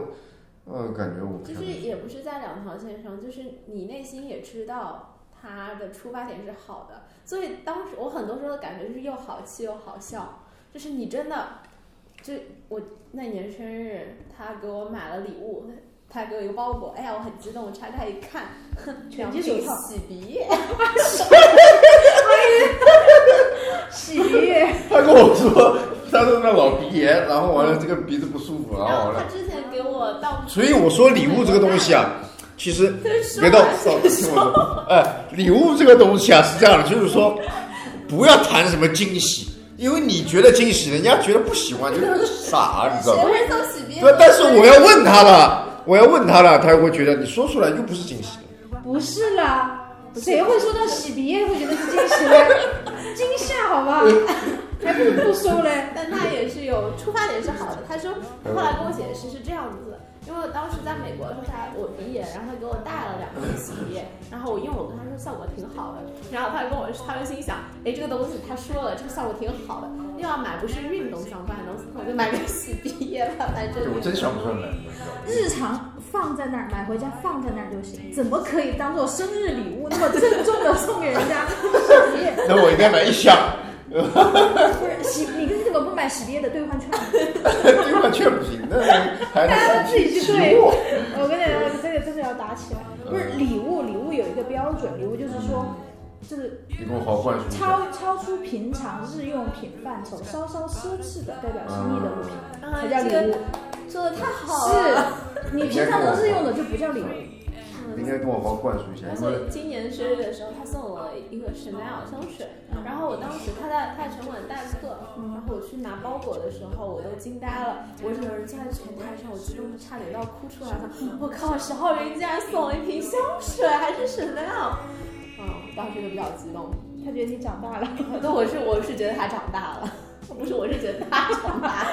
B: 呃，感觉我
C: 其实也不是在两条线上，就是你内心也知道他的出发点是好的，所以当时我很多时候的感觉就是又好气又好笑，就是你真的，就我那年生日，他给我买了礼物，他给我一个包裹，哎呀，我很激动，我拆开一看，
E: 拳
C: 两
E: 击
C: 瓶
E: 手套
C: 洗鼻液，
E: 喜悦，
B: 他跟我说他是那老鼻炎，然后完了这个鼻子不舒服，然
C: 然
B: 后
C: 后
B: 完
C: 他
B: 了，
C: 之前给我到，
B: 哦所以我说礼物这个东西啊，其实别动，听我说，哎，礼物这个东西啊是这样的，就是说不要谈什么惊喜，因为你觉得惊喜，人家觉得不喜欢，觉得他是傻，你知道
C: 谁
B: 吧？
C: 会送洗鼻液？
B: 对，但是我要问他了，我要问他了，他会觉得你说出来又不是惊喜。
E: 不是啦，谁会说到洗鼻液会觉得是惊喜呢？惊吓好吧，还不如不收嘞。
C: 但他也是有出发点是好的。他说后来跟我解释是这样子的，因为我当时在美国的时候，他我鼻炎，然后他给我带了两瓶洗鼻液，然后我用，我跟他说效果挺好的，然后他跟我他们心想，哎，这个东西他说了，这个效果挺好的，又要买不是运动相关的东西，那我就买个洗鼻液吧，反正
B: 对我真想不出来。
E: 日常放在那儿，买回家放在那儿就行，怎么可以当做生日礼物那么郑重的送给人家洗鼻液？
B: 那我应该买一箱，
E: 不是洗，你怎么不买洗鼻液的兑换券？
B: 兑换券不行，那还
E: 大家
B: 能
E: 自己去
B: 期
E: 对
B: 货。
E: 我跟你讲，这个真的要打起来。不是礼物，礼物有一个标准，礼物就是说，就是
B: 你给我好好灌输一下。
E: 超超出平常日用品范畴，稍稍奢侈的代表心意的物品
C: 啊
E: 才，叫
C: 这
E: 礼
C: 个
E: 物。
C: 说的太
E: 嗯
C: 好了。
E: 是你平常能日用的就不叫礼物。
C: 嗯
B: 你应该跟我好好灌输一下，
C: 然
B: 因
C: 后
B: 为
C: 今年生日的时候，他送我一个 Chanel 香水，然后我当时他在他在城管代课，然
E: 嗯
C: 后我去拿包裹的时候，我都惊呆了，我整个人坐在前台上，我激动的差点要哭出来了。
E: 嗯
C: 我靠，十号人竟然送我一瓶香水，还是 Chanel，嗯，当时就比较激动。
E: 他觉得你长大了。
C: 但我是我是觉得他长大了， 不是我是觉得他长大了。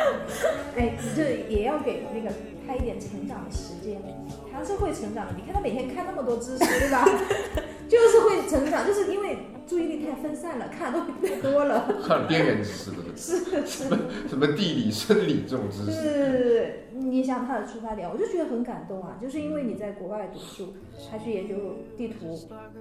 E: 哎，你这也要给那个他一点成长的时间，他是会成长的。你看他每天看那么多知识，对吧？就是会成长，就是因为注意力太分散了，看的东西太多 了。
B: 看边缘知识的，
E: 是是
B: 什么地理、生理这种知识，
E: 是，你想他的出发点，我就觉得很感动啊！就是因为你在国外读书，他去研究地图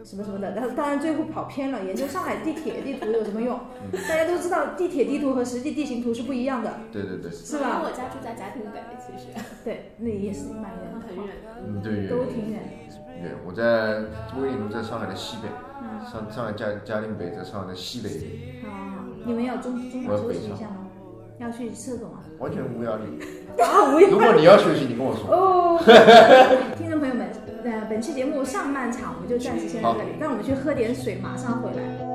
E: 什么什么的，但当然最后跑偏了，研究上海地铁地图有什么用？大家都知道地铁地图和实际地形图是不一样的，
B: 对对对，
E: 是
C: 因为
E: 吧？
C: 我家住在嘉定北，其实
E: 对，那也是蛮远
C: 很远。
B: 嗯对，
E: 的，
B: 远
E: 都挺远的。
B: 远。我在威灵在上海的西北，
E: 嗯
B: 上上海嘉嘉定北在上海的西北，
E: 啊，你们要中中场休息一下吗？要去厕所吗？
B: 完全无聊。 你
E: 啊，我
B: 如果你要休息，你跟我说。
E: 哦， 听众朋友们，呃，本期节目上半场我们就暂时先到这里，让我们去喝点水，马上回来。